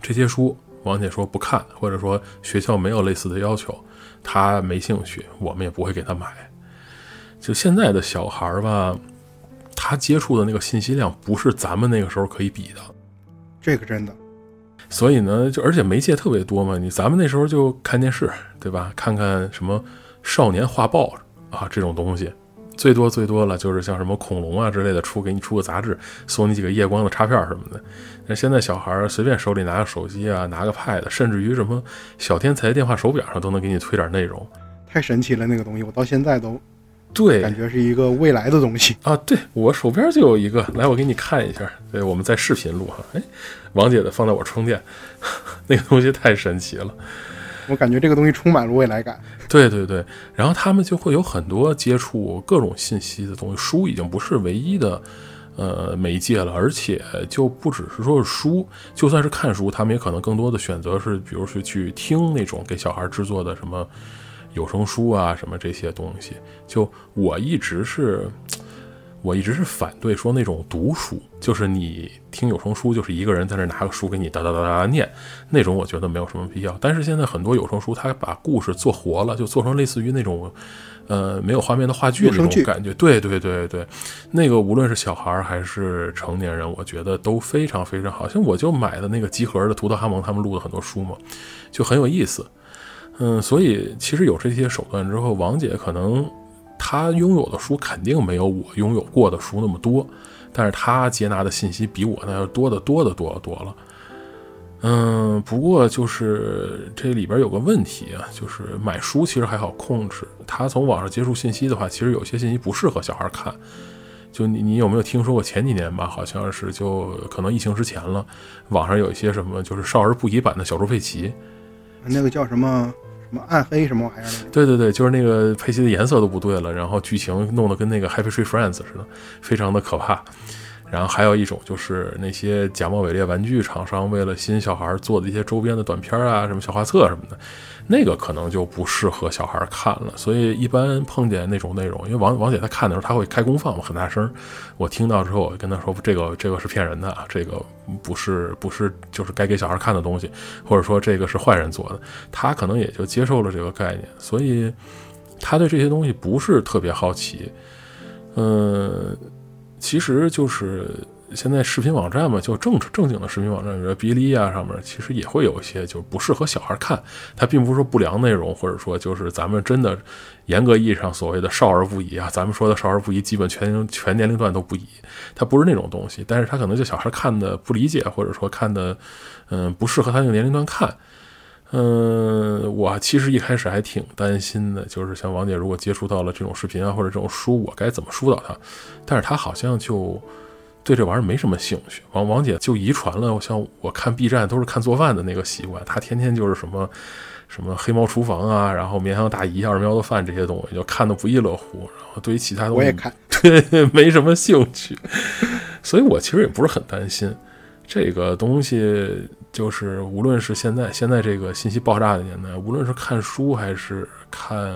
Speaker 1: 这些书，王姐说不看，或者说学校没有类似的要求，她没兴趣，我们也不会给她买。就现在的小孩儿吧，他接触的那个信息量不是咱们那个时候可以比的。
Speaker 2: 这个真的，
Speaker 1: 所以呢，就而且媒介特别多嘛，你咱们那时候就看电视，对吧？看看什么少年画报啊这种东西，最多最多了就是像什么恐龙啊之类的出给你出个杂志，送你几个夜光的插片什么的。那现在小孩儿随便手里拿个手机啊，拿个 pad，甚至于什么小天才电话手表上都能给你推点内容。
Speaker 2: 太神奇了那个东西，我到现在都
Speaker 1: 对，
Speaker 2: 感觉是一个未来的东西。 (laughs)
Speaker 1: 啊，对我手边就有一个，来，我给你看一下。对，我们在视频录哈。哎，王姐的放在我充电， (laughs) 那个东西太神奇了。
Speaker 2: 我感觉这个东西充满了未来感。
Speaker 1: (laughs) 对对对，然后他们就会有很多接触各种信息的东西，书已经不是唯一的呃媒介了，而且就不只是说是书，就算是看书，他们也可能更多的选择是，比如是去听那种给小孩制作的什么有声书啊，什么这些东西。就我一直是。我一直是反对说那种读书，就是你听有声书，就是一个人在那拿个书给你哒哒哒哒念，那种我觉得没有什么必要。但是现在很多有声书，它把故事做活了，就做成类似于那种，呃，没有画面的话剧
Speaker 2: 有
Speaker 1: 那
Speaker 2: 声
Speaker 1: 种
Speaker 2: 剧
Speaker 1: 感觉。对对对对，那个无论是小孩儿还是成年人，我觉得都非常非常好。像我就买的那个集合的图特哈蒙他们录的很多书嘛，就很有意思。嗯，所以其实有这些手段之后，王姐可能她拥有的书肯定没有我拥有过的书那么多，但是她接纳的信息比我那要多得多得多得多了。嗯，不过就是这里边有个问题啊，就是买书其实还好控制，她从网上接触信息的话，其实有些信息不适合小孩看。就你你有没有听说过前几年吧？好像是就可能疫情之前了，网上有一些什么就是少儿不宜版的小猪佩奇，
Speaker 2: 那个叫什么什么暗黑什么玩意儿的那个，
Speaker 1: 对对对，就是那个佩奇的颜色都不对了，然后剧情弄得跟那个 Happy Tree Friends 似的，非常的可怕。然后还有一种就是那些假冒伪劣玩具厂商为了吸引小孩儿做的一些周边的短片啊，什么小画册什么的，那个可能就不适合小孩儿看了。所以一般碰见那种内容，因为王王姐她看的时候，她会开功放嘛，很大声。我听到之后，我就跟她说这个这个是骗人的啊，这个不是不是就是该给小孩儿看的东西，或者说这个是坏人做的。他可能也就接受了这个概念，所以他对这些东西不是特别好奇。嗯，其实就是现在视频网站嘛，就正正经的视频网站，比如说哔哩啊上面，其实也会有一些就不适合小孩看。它并不是说不良内容，或者说就是咱们真的严格意义上所谓的少儿不宜啊，咱们说的少儿不宜，基本全全年龄段都不宜，它不是那种东西。但是它可能就小孩看的不理解，或者说看的嗯不适合他那个年龄段看。嗯，我其实一开始还挺担心的，就是像王姐如果接触到了这种视频啊或者这种书，我该怎么疏导她？但是她好像就对这玩意儿没什么兴趣。王王姐就遗传了，我像我看 B 站都是看做饭的那个习惯，她天天就是什么什么黑猫厨房啊，然后绵羊大姨、二喵的饭这些东西，就看得不亦乐乎。然后对于其他东
Speaker 2: 我也
Speaker 1: 西，
Speaker 2: 看，
Speaker 1: 对 (laughs) 没什么兴趣，所以我其实也不是很担心这个东西。就是无论是现在现在这个信息爆炸的年代，无论是看书还是看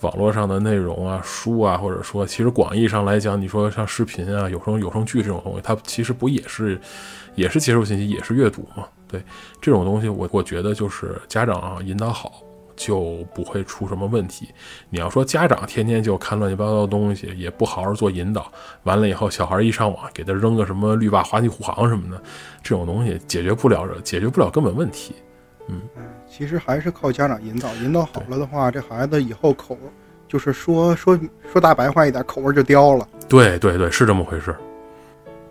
Speaker 1: 网络上的内容啊、书啊，或者说，其实广义上来讲，你说像视频啊、有声有声剧这种东西，它其实不也是也是接受信息，也是阅读嘛？对，这种东西我我觉得就是家长啊引导好，就不会出什么问题。你要说家长天天就看乱七八糟的东西，也不好好做引导，完了以后小孩一上网，给他扔个什么绿霸滑稽护航什么的，这种东西解决不了解决不了根本问题。
Speaker 2: 其实还是靠家长引导，引导好了的话，这孩子以后口就是说说说大白话一点，口味就刁了。
Speaker 1: 对对对，是这么回事。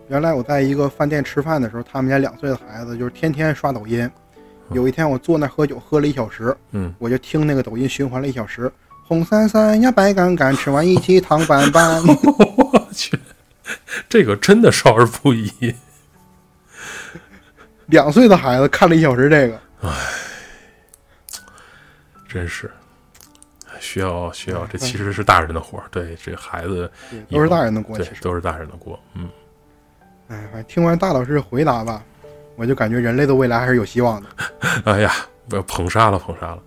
Speaker 2: 原来我在一个饭店吃饭的时候，他们家两岁的孩子就是天天刷抖音。有一天我坐那喝酒，喝了一小时，
Speaker 1: 嗯，
Speaker 2: 我就听那个抖音循环了一小时。红三三呀，白杆杆，吃完一起糖板板。
Speaker 1: 我去，这个真的少儿不宜。
Speaker 2: 两岁的孩子看了一小时这个，
Speaker 1: 真是需要需要，这其实是大人的活儿。对，这孩子
Speaker 2: 对都是大人的锅。
Speaker 1: 对
Speaker 2: 其实，
Speaker 1: 都是大人的锅。嗯，
Speaker 2: 哎，反正听完大老师的回答吧，我就感觉人类的未来还是有希望的。
Speaker 1: 哎呀，不要捧杀了，捧杀了。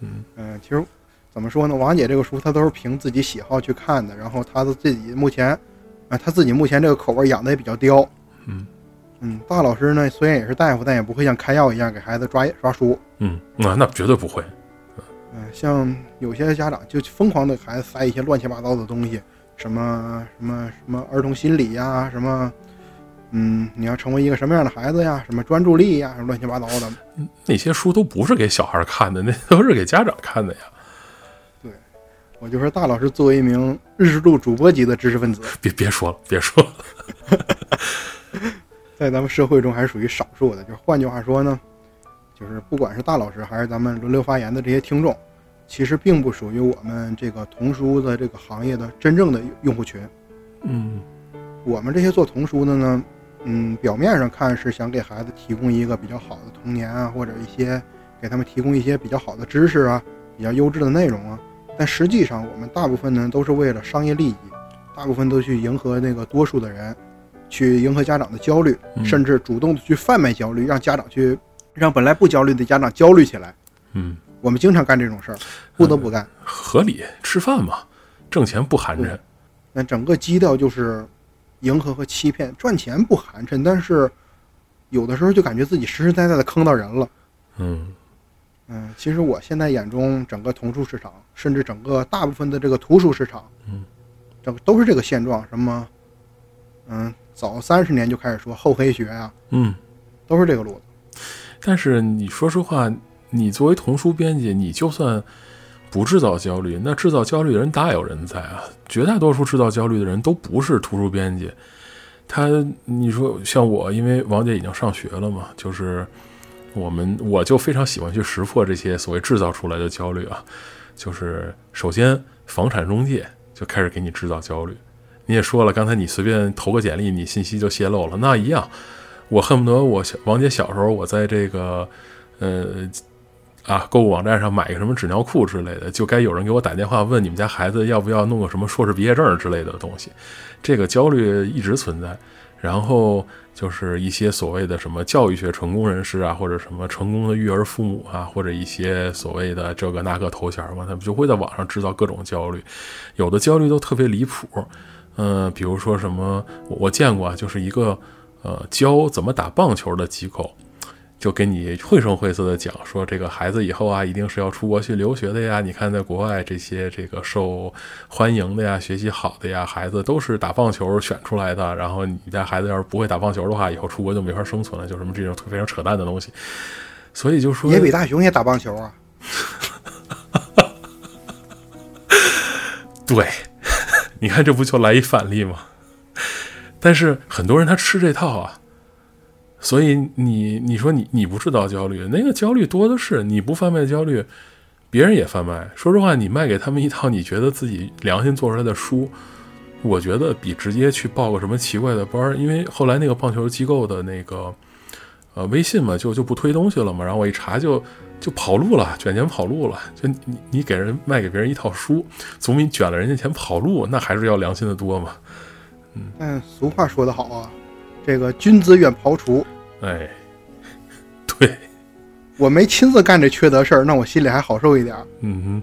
Speaker 2: 嗯，其实怎么说呢，王姐这个书她都是凭自己喜好去看的，然后她的自己目前，啊、她自己目前这个口味养的也比较刁。
Speaker 1: 嗯
Speaker 2: 嗯，大老师呢虽然也是大夫，但也不会像开药一样给孩子抓抓书。
Speaker 1: 嗯，那那绝对不会。
Speaker 2: 嗯，像有些家长就疯狂的给孩子塞一些乱七八糟的东西，什么什么什么儿童心理呀、什么。嗯，你要成为一个什么样的孩子呀？什么专注力呀？什么乱七八糟的。
Speaker 1: 那些书都不是给小孩儿看的，那都是给家长看的呀。
Speaker 2: 我就说，大老师作为一名日志录主播级的知识分子，
Speaker 1: 别别说了，别说了。
Speaker 2: 在咱们社会中还是属于少数的。就是换句话说呢，就是不管是大老师还是咱们轮流发言的这些听众，其实并不属于我们这个童书的这个行业的真正的用户群。
Speaker 1: 嗯
Speaker 2: 我们这些做童书的呢，嗯，表面上看是想给孩子提供一个比较好的童年啊，或者一些给他们提供一些比较好的知识啊，比较优质的内容啊。但实际上，我们大部分呢都是为了商业利益，大部分都去迎合那个多数的人，去迎合家长的焦虑，
Speaker 1: 嗯
Speaker 2: 甚至主动的去贩卖焦虑，让家长去让本来不焦虑的家长焦虑起来。
Speaker 1: 嗯，
Speaker 2: 我们经常干这种事儿，不得不干。
Speaker 1: 合理，吃饭嘛，挣钱不寒碜。
Speaker 2: 那整个基调就是迎合和欺骗，赚钱不寒碜，但是有的时候就感觉自己实实在在的坑到人了。
Speaker 1: 嗯
Speaker 2: 嗯，其实我现在眼中整个童书市场，甚至整个大部分的这个图书市场，
Speaker 1: 嗯，
Speaker 2: 整个都是这个现状。什么，嗯，早三十年就开始说厚黑学啊，
Speaker 1: 嗯，
Speaker 2: 都是这个路子。
Speaker 1: 但是你说实话，你作为童书编辑，你就算不制造焦虑，那制造焦虑的人大有人在啊。绝大多数制造焦虑的人都不是图书编辑，他你说像我，因为王姐已经上学了嘛，就是我们我就非常喜欢去识破这些所谓制造出来的焦虑啊。就是首先，房产中介就开始给你制造焦虑。你也说了，刚才你随便投个简历，你信息就泄露了，那一样。我恨不得我小王姐小时候，我在这个呃啊购物网站上买个什么纸尿裤之类的，就该有人给我打电话问你们家孩子要不要弄个什么硕士毕业证之类的东西。这个焦虑一直存在。然后就是一些所谓的什么教育学成功人士啊，或者什么成功的育儿父母啊，或者一些所谓的这个那个头衔嘛，他们就会在网上制造各种焦虑，有的焦虑都特别离谱。嗯、比如说什么，我我见过啊，就是一个呃教怎么打棒球的机构，就给你绘声绘色的讲说，这个孩子以后啊，一定是要出国去留学的呀。你看，在国外这些这个受欢迎的呀、学习好的呀孩子，都是打棒球选出来的。然后你家孩子要是不会打棒球的话，以后出国就没法生存了，就什么这种非常扯淡的东西。所以就说，
Speaker 2: 野比大雄也打棒球啊，
Speaker 1: 对， (laughs) 你看这不就来一反例吗？但是很多人他吃这套啊，所以你你说你你不制造焦虑，那个焦虑多的是，你不贩卖焦虑，别人也贩卖。说实话，你卖给他们一套你觉得自己良心做出来的书，我觉得比直接去报个什么奇怪的班儿，因为后来那个棒球机构的那个呃微信嘛，就就不推东西了嘛，然后我一查就就跑路了，卷钱跑路了，就你你你给人卖给别人一套书，总比卷了人家钱跑路那还是要良心的多嘛，
Speaker 2: 但哎俗话说得好啊，这个君子远庖厨。
Speaker 1: 哎，对，
Speaker 2: 我没亲自干这缺德事儿，那我心里还好受一点儿。
Speaker 1: 嗯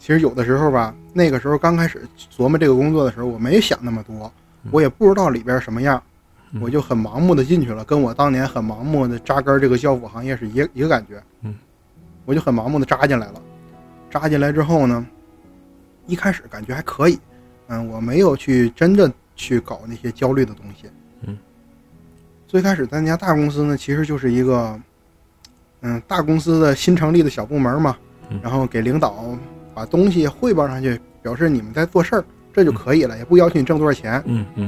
Speaker 2: 其实有的时候吧，那个时候刚开始琢磨这个工作的时候，我没想那么多，我也不知道里边什么样，
Speaker 1: 嗯
Speaker 2: 我就很盲目的进去了，跟我当年很盲目的扎根这个教辅行业是一个一个感觉。
Speaker 1: 嗯，
Speaker 2: 我就很盲目的扎进来了，扎进来之后呢，一开始感觉还可以，嗯，我没有去真的去搞那些焦虑的东西。
Speaker 1: 嗯，
Speaker 2: 最开始在那家大公司呢，其实就是一个，嗯，大公司的新成立的小部门嘛
Speaker 1: 嗯，
Speaker 2: 然后给领导把东西汇报上去，表示你们在做事儿，这就
Speaker 1: 嗯
Speaker 2: 可以了，也不要求你挣多少钱。
Speaker 1: 哼，嗯嗯，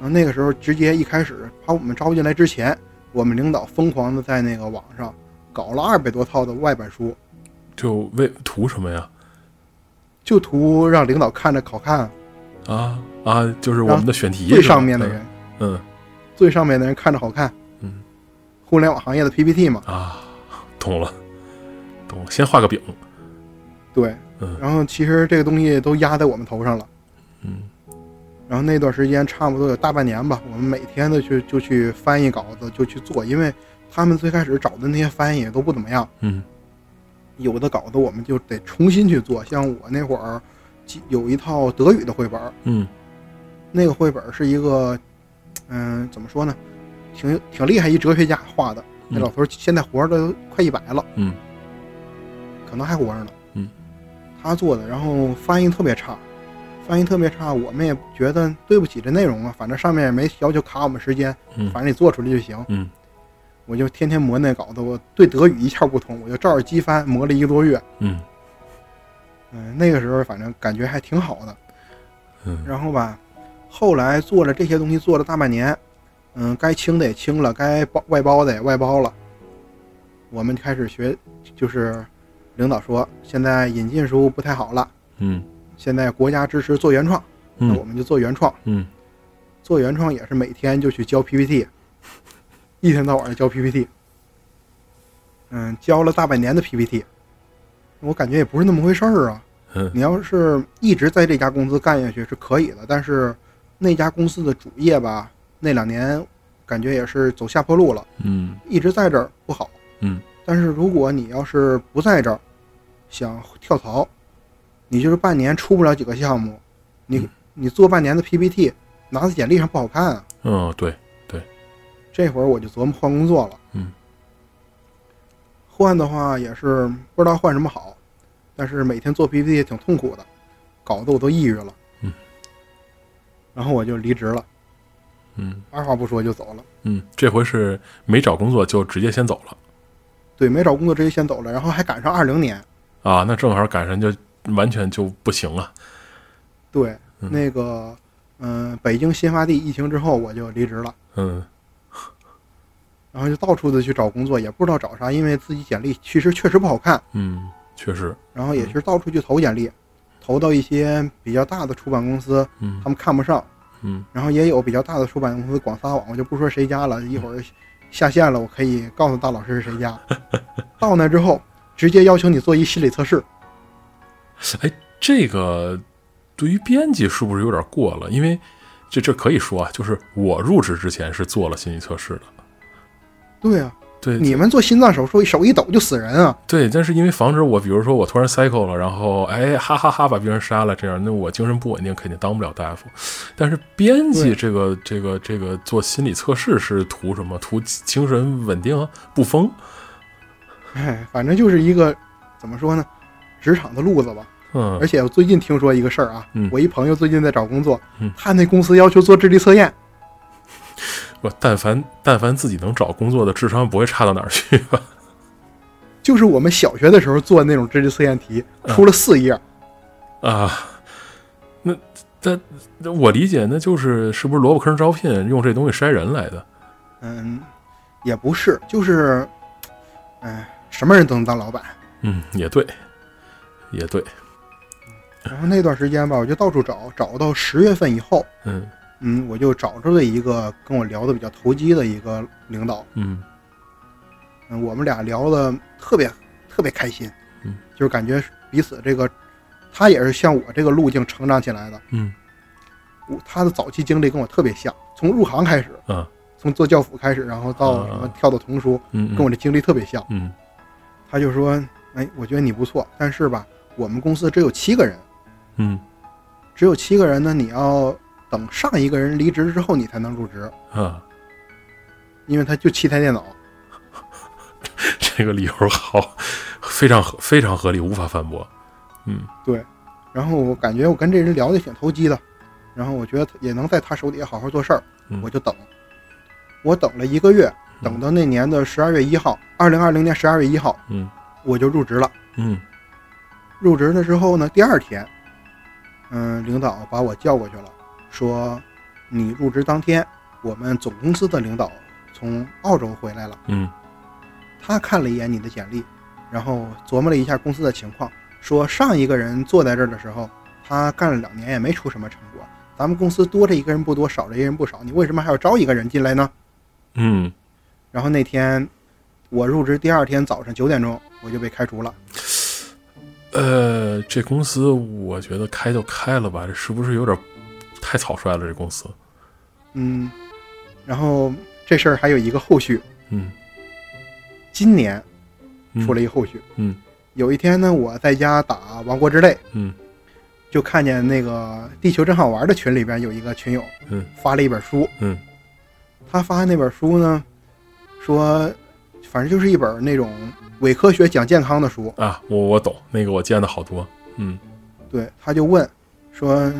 Speaker 2: 然后那个时候直接一开始把我们招进来之前，我们领导疯狂的在那个网上搞了二百多套的外版书，
Speaker 1: 就为图什么呀？
Speaker 2: 就图让领导看着好看，
Speaker 1: 啊啊，就是我们的选题
Speaker 2: 最
Speaker 1: 是吧
Speaker 2: 上面的人，
Speaker 1: 嗯
Speaker 2: 最上面的人看着好看。
Speaker 1: 嗯，
Speaker 2: 互联网行业的 PPT 嘛，
Speaker 1: 嗯啊，懂了，懂了，先画个饼，
Speaker 2: 对
Speaker 1: 嗯。
Speaker 2: 然后其实这个东西都压在我们头上了。
Speaker 1: 嗯
Speaker 2: 然后那段时间差不多有大半年吧，我们每天的去就去翻译稿子，就去做，因为他们最开始找的那些翻译都不怎么样，
Speaker 1: 嗯
Speaker 2: 有的稿子我们就得重新去做。像我那会儿记有一套德语的绘本儿，
Speaker 1: 嗯
Speaker 2: 那个绘本儿是一个，嗯、怎么说呢，挺挺厉害一哲学家画的。那
Speaker 1: 嗯
Speaker 2: 老头儿现在活着都快一百了，
Speaker 1: 嗯，
Speaker 2: 可能还活着呢。
Speaker 1: 嗯，
Speaker 2: 他做的，然后翻译特别差，翻译特别差，我们也觉得对不起这内容啊，反正上面也没要求卡我们时间，
Speaker 1: 嗯
Speaker 2: 反正你做出来就行。
Speaker 1: 嗯，
Speaker 2: 我就天天磨那稿子，我对德语一窍不通，我就照着机翻磨了一个多月。
Speaker 1: 嗯
Speaker 2: 嗯，那个时候反正感觉还挺好的。
Speaker 1: 嗯
Speaker 2: 然后吧，后来做了这些东西，做了大半年，嗯，该清的也清了，该包外包的也外包了。我们开始学，就是领导说现在引进书不太好了，
Speaker 1: 嗯
Speaker 2: 现在国家支持做原创，那我
Speaker 1: 嗯
Speaker 2: 们就做原创。
Speaker 1: 嗯，
Speaker 2: 做原创也是每天就去交 PPT，一天到晚地交 PPT。嗯，交了大半年的 PPT，我感觉也不是那么回事儿啊。
Speaker 1: 嗯
Speaker 2: 你要是一直在这家公司干下去是可以的，但是那家公司的主业吧，那两年感觉也是走下坡路了，
Speaker 1: 嗯
Speaker 2: 一直在这儿不好。
Speaker 1: 嗯，
Speaker 2: 但是如果你要是不在这儿，想跳槽，你就是半年出不了几个项目，你你做半年的 PPT，拿在简历上不好看啊。
Speaker 1: 嗯，对，
Speaker 2: 这会儿我就琢磨换工作了。
Speaker 1: 嗯，
Speaker 2: 换的话也是不知道换什么好，但是每天做 PPT 也挺痛苦的，搞得我都抑郁了。
Speaker 1: 嗯，
Speaker 2: 然后我就离职了，
Speaker 1: 嗯
Speaker 2: 二话不说就走了。
Speaker 1: 嗯，这回是没找工作就直接先走了
Speaker 2: 对，没找工作直接先走了，然后还赶上二零年，
Speaker 1: 啊，那正好赶上就完全就不行了，
Speaker 2: 对，
Speaker 1: 嗯
Speaker 2: 那个嗯、北京新发地疫情之后我就离职了。
Speaker 1: 嗯
Speaker 2: 然后就到处的去找工作，也不知道找啥，因为自己简历其实确实不好看，
Speaker 1: 嗯，确实，
Speaker 2: 然后也
Speaker 1: 嗯
Speaker 2: 是到处去投简历，投到一些比较大的出版公司，
Speaker 1: 嗯
Speaker 2: 他们看不上，
Speaker 1: 嗯
Speaker 2: 然后也有比较大的出版公司广撒网，我就不说谁家了，一会儿下线了，我可以告诉大老师是谁家。到那之后，直接要求你做一心理测试，
Speaker 1: 哎这个对于编辑是不是有点过了？因为这这可以说啊，就是我入职之前是做了心理测试的，
Speaker 2: 对啊，
Speaker 1: 对，
Speaker 2: 你们做心脏手术手一抖就死人啊，
Speaker 1: 对，但是因为防止我，比如说我突然 cycle 了，然后哎哈哈哈把别人杀了，这样那我精神不稳定，肯定当不了大夫。但是编辑
Speaker 2: 对
Speaker 1: 这个这个这个做心理测试是图什么？图精神稳定啊，不疯？
Speaker 2: 哎， (laughs) 反正就是一个怎么说呢，职场的路子吧。
Speaker 1: 嗯
Speaker 2: 而且我最近听说一个事儿啊，
Speaker 1: 嗯
Speaker 2: 我一朋友最近在找工作，
Speaker 1: 嗯
Speaker 2: 他那公司要求做智力测验，
Speaker 1: 我但凡但凡自己能找工作的智商不会差到哪儿去啊吧？
Speaker 2: 就是我们小学的时候做那种智力测验题，
Speaker 1: 嗯
Speaker 2: 出了四页，
Speaker 1: 啊，那那那我理解，那就是是不是萝卜坑招聘用这东西筛人来的？
Speaker 2: 嗯，也不是，就是，哎，什么人都能当老板。
Speaker 1: 嗯，也对，也对，
Speaker 2: 然后那段时间吧，我就到处找，找到十月份以后，
Speaker 1: 嗯
Speaker 2: 嗯，我就找出了一个跟我聊的比较投机的一个领导，
Speaker 1: 嗯
Speaker 2: 嗯，我们俩聊的特别特别开心，
Speaker 1: 嗯，
Speaker 2: 就是感觉彼此这个，他也是像我这个路径成长起来的，
Speaker 1: 嗯
Speaker 2: 我他的早期经历跟我特别像，从入行开始，
Speaker 1: 嗯，
Speaker 2: 从做教辅开始，然后到什么
Speaker 1: 啊
Speaker 2: 跳到童书，
Speaker 1: 嗯，
Speaker 2: 跟我这经历特别像。
Speaker 1: 嗯
Speaker 2: 他就说，哎，我觉得你不错，但是吧，我们公司只有七个人，
Speaker 1: 嗯
Speaker 2: 只有七个人呢，你要等上一个人离职之后，你才能入职，
Speaker 1: 啊，
Speaker 2: 因为他就七台电脑。
Speaker 1: 这个理由好，非常合非常合理，无法反驳。嗯
Speaker 2: 然后我感觉我跟这人聊的挺投机的，然后我觉得也能在他手底下好好做事儿
Speaker 1: 嗯，
Speaker 2: 我就等，我等了一个月，等到那年的十二月一号，二零二零年十二月一号，
Speaker 1: 嗯
Speaker 2: 我就入职了。
Speaker 1: 嗯
Speaker 2: 入职了之后呢，第二天，嗯，领导把我叫过去了，说你入职当天，我们总公司的领导从澳洲回来了，
Speaker 1: 嗯
Speaker 2: 他看了一眼你的简历，然后琢磨了一下公司的情况，说上一个人坐在这儿的时候，他干了两年也没出什么成果，咱们公司多这一个人不多，少这一个人不少，你为什么还要招一个人进来呢？
Speaker 1: 嗯，
Speaker 2: 然后那天我入职第二天早上九点钟，我就被开除了。
Speaker 1: 呃，这公司我觉得开就开了吧，这是不是有点太草率了？这公司，
Speaker 2: 嗯，然后这事儿还有一个后续，
Speaker 1: 嗯
Speaker 2: 今年
Speaker 1: 嗯
Speaker 2: 出了一个后续。
Speaker 1: 嗯
Speaker 2: 有一天呢，我在家打《王国之泪》，
Speaker 1: 嗯
Speaker 2: 就看见那个《地球真好玩》的群里边有一个群友，
Speaker 1: 嗯，
Speaker 2: 发了一本书，
Speaker 1: 嗯，
Speaker 2: 他发的那本书呢，说反正就是一本那种伪科学讲健康的书，
Speaker 1: 啊，我我懂，那个我见的好多，嗯
Speaker 2: 对，他就问说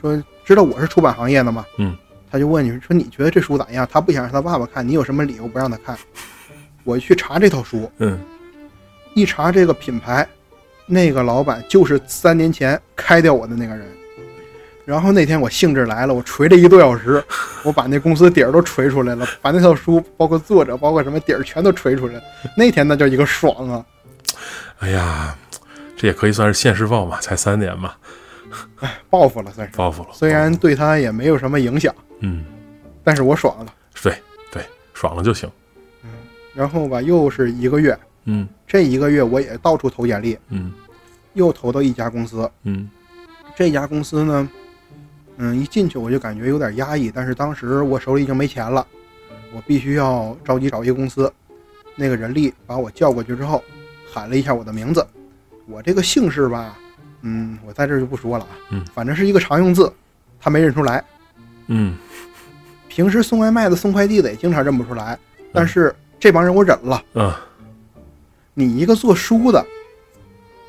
Speaker 2: 说知道我是出版行业的吗？
Speaker 1: 嗯，
Speaker 2: 他就问你说你觉得这书咋样？他不想让他爸爸看，你有什么理由不让他看？我去查这套书，
Speaker 1: 嗯，
Speaker 2: 一查这个品牌，那个老板就是三年前开掉我的那个人。然后那天我兴致来了，我锤了一个多小时，我把那公司底儿都锤出来了，把那套书包括作者包括什么底儿全都锤出来了。那天那叫一个爽啊！
Speaker 1: 哎呀，这也可以算是现世报嘛，才三年嘛，
Speaker 2: 报复了算是，
Speaker 1: 报复了。
Speaker 2: 虽然对他也没有什么影响，
Speaker 1: 嗯，
Speaker 2: 但是我爽了。
Speaker 1: 对对，爽了就行。
Speaker 2: 然后吧，又是一个月，
Speaker 1: 嗯
Speaker 2: 这一个月我也到处投简历，
Speaker 1: 嗯
Speaker 2: 又投到一家公司。
Speaker 1: 嗯
Speaker 2: 这家公司呢，嗯，一进去我就感觉有点压抑，但是当时我手里已经没钱了，我必须要着急找一个公司。那个人力把我叫过去之后，喊了一下我的名字，我这个姓氏吧，嗯，我在这儿就不说了啊，
Speaker 1: 嗯
Speaker 2: 反正是一个常用字，他没认出来。
Speaker 1: 嗯
Speaker 2: 平时送外卖的、送快递的也经常认不出来，但是这帮人我忍了。
Speaker 1: 嗯
Speaker 2: 你一个做书的，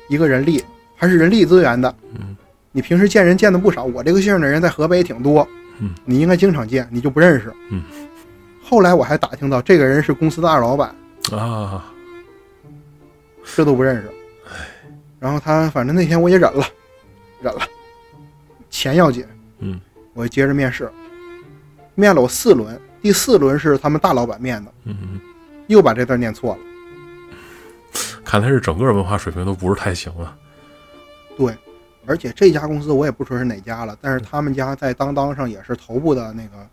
Speaker 2: 一个人力还是人力资源的，
Speaker 1: 嗯
Speaker 2: 你平时见人见的不少，我这个姓的人在河北也挺多，
Speaker 1: 嗯，
Speaker 2: 你应该经常见，你就不认识，
Speaker 1: 嗯。
Speaker 2: 后来我还打听到，这个人是公司的二老板，
Speaker 1: 啊，
Speaker 2: 这都不认识。然后他反正那天我也忍了，忍了，钱要紧，
Speaker 1: 嗯，
Speaker 2: 我接着面试，面了我四轮，第四轮是他们大老板面的，
Speaker 1: 嗯，
Speaker 2: 又把这字念错了。
Speaker 1: 看来是整个文化水平都不是太行了。
Speaker 2: 对，而且这家公司我也不说是哪家了，但是他们家在当当上也是头部的那个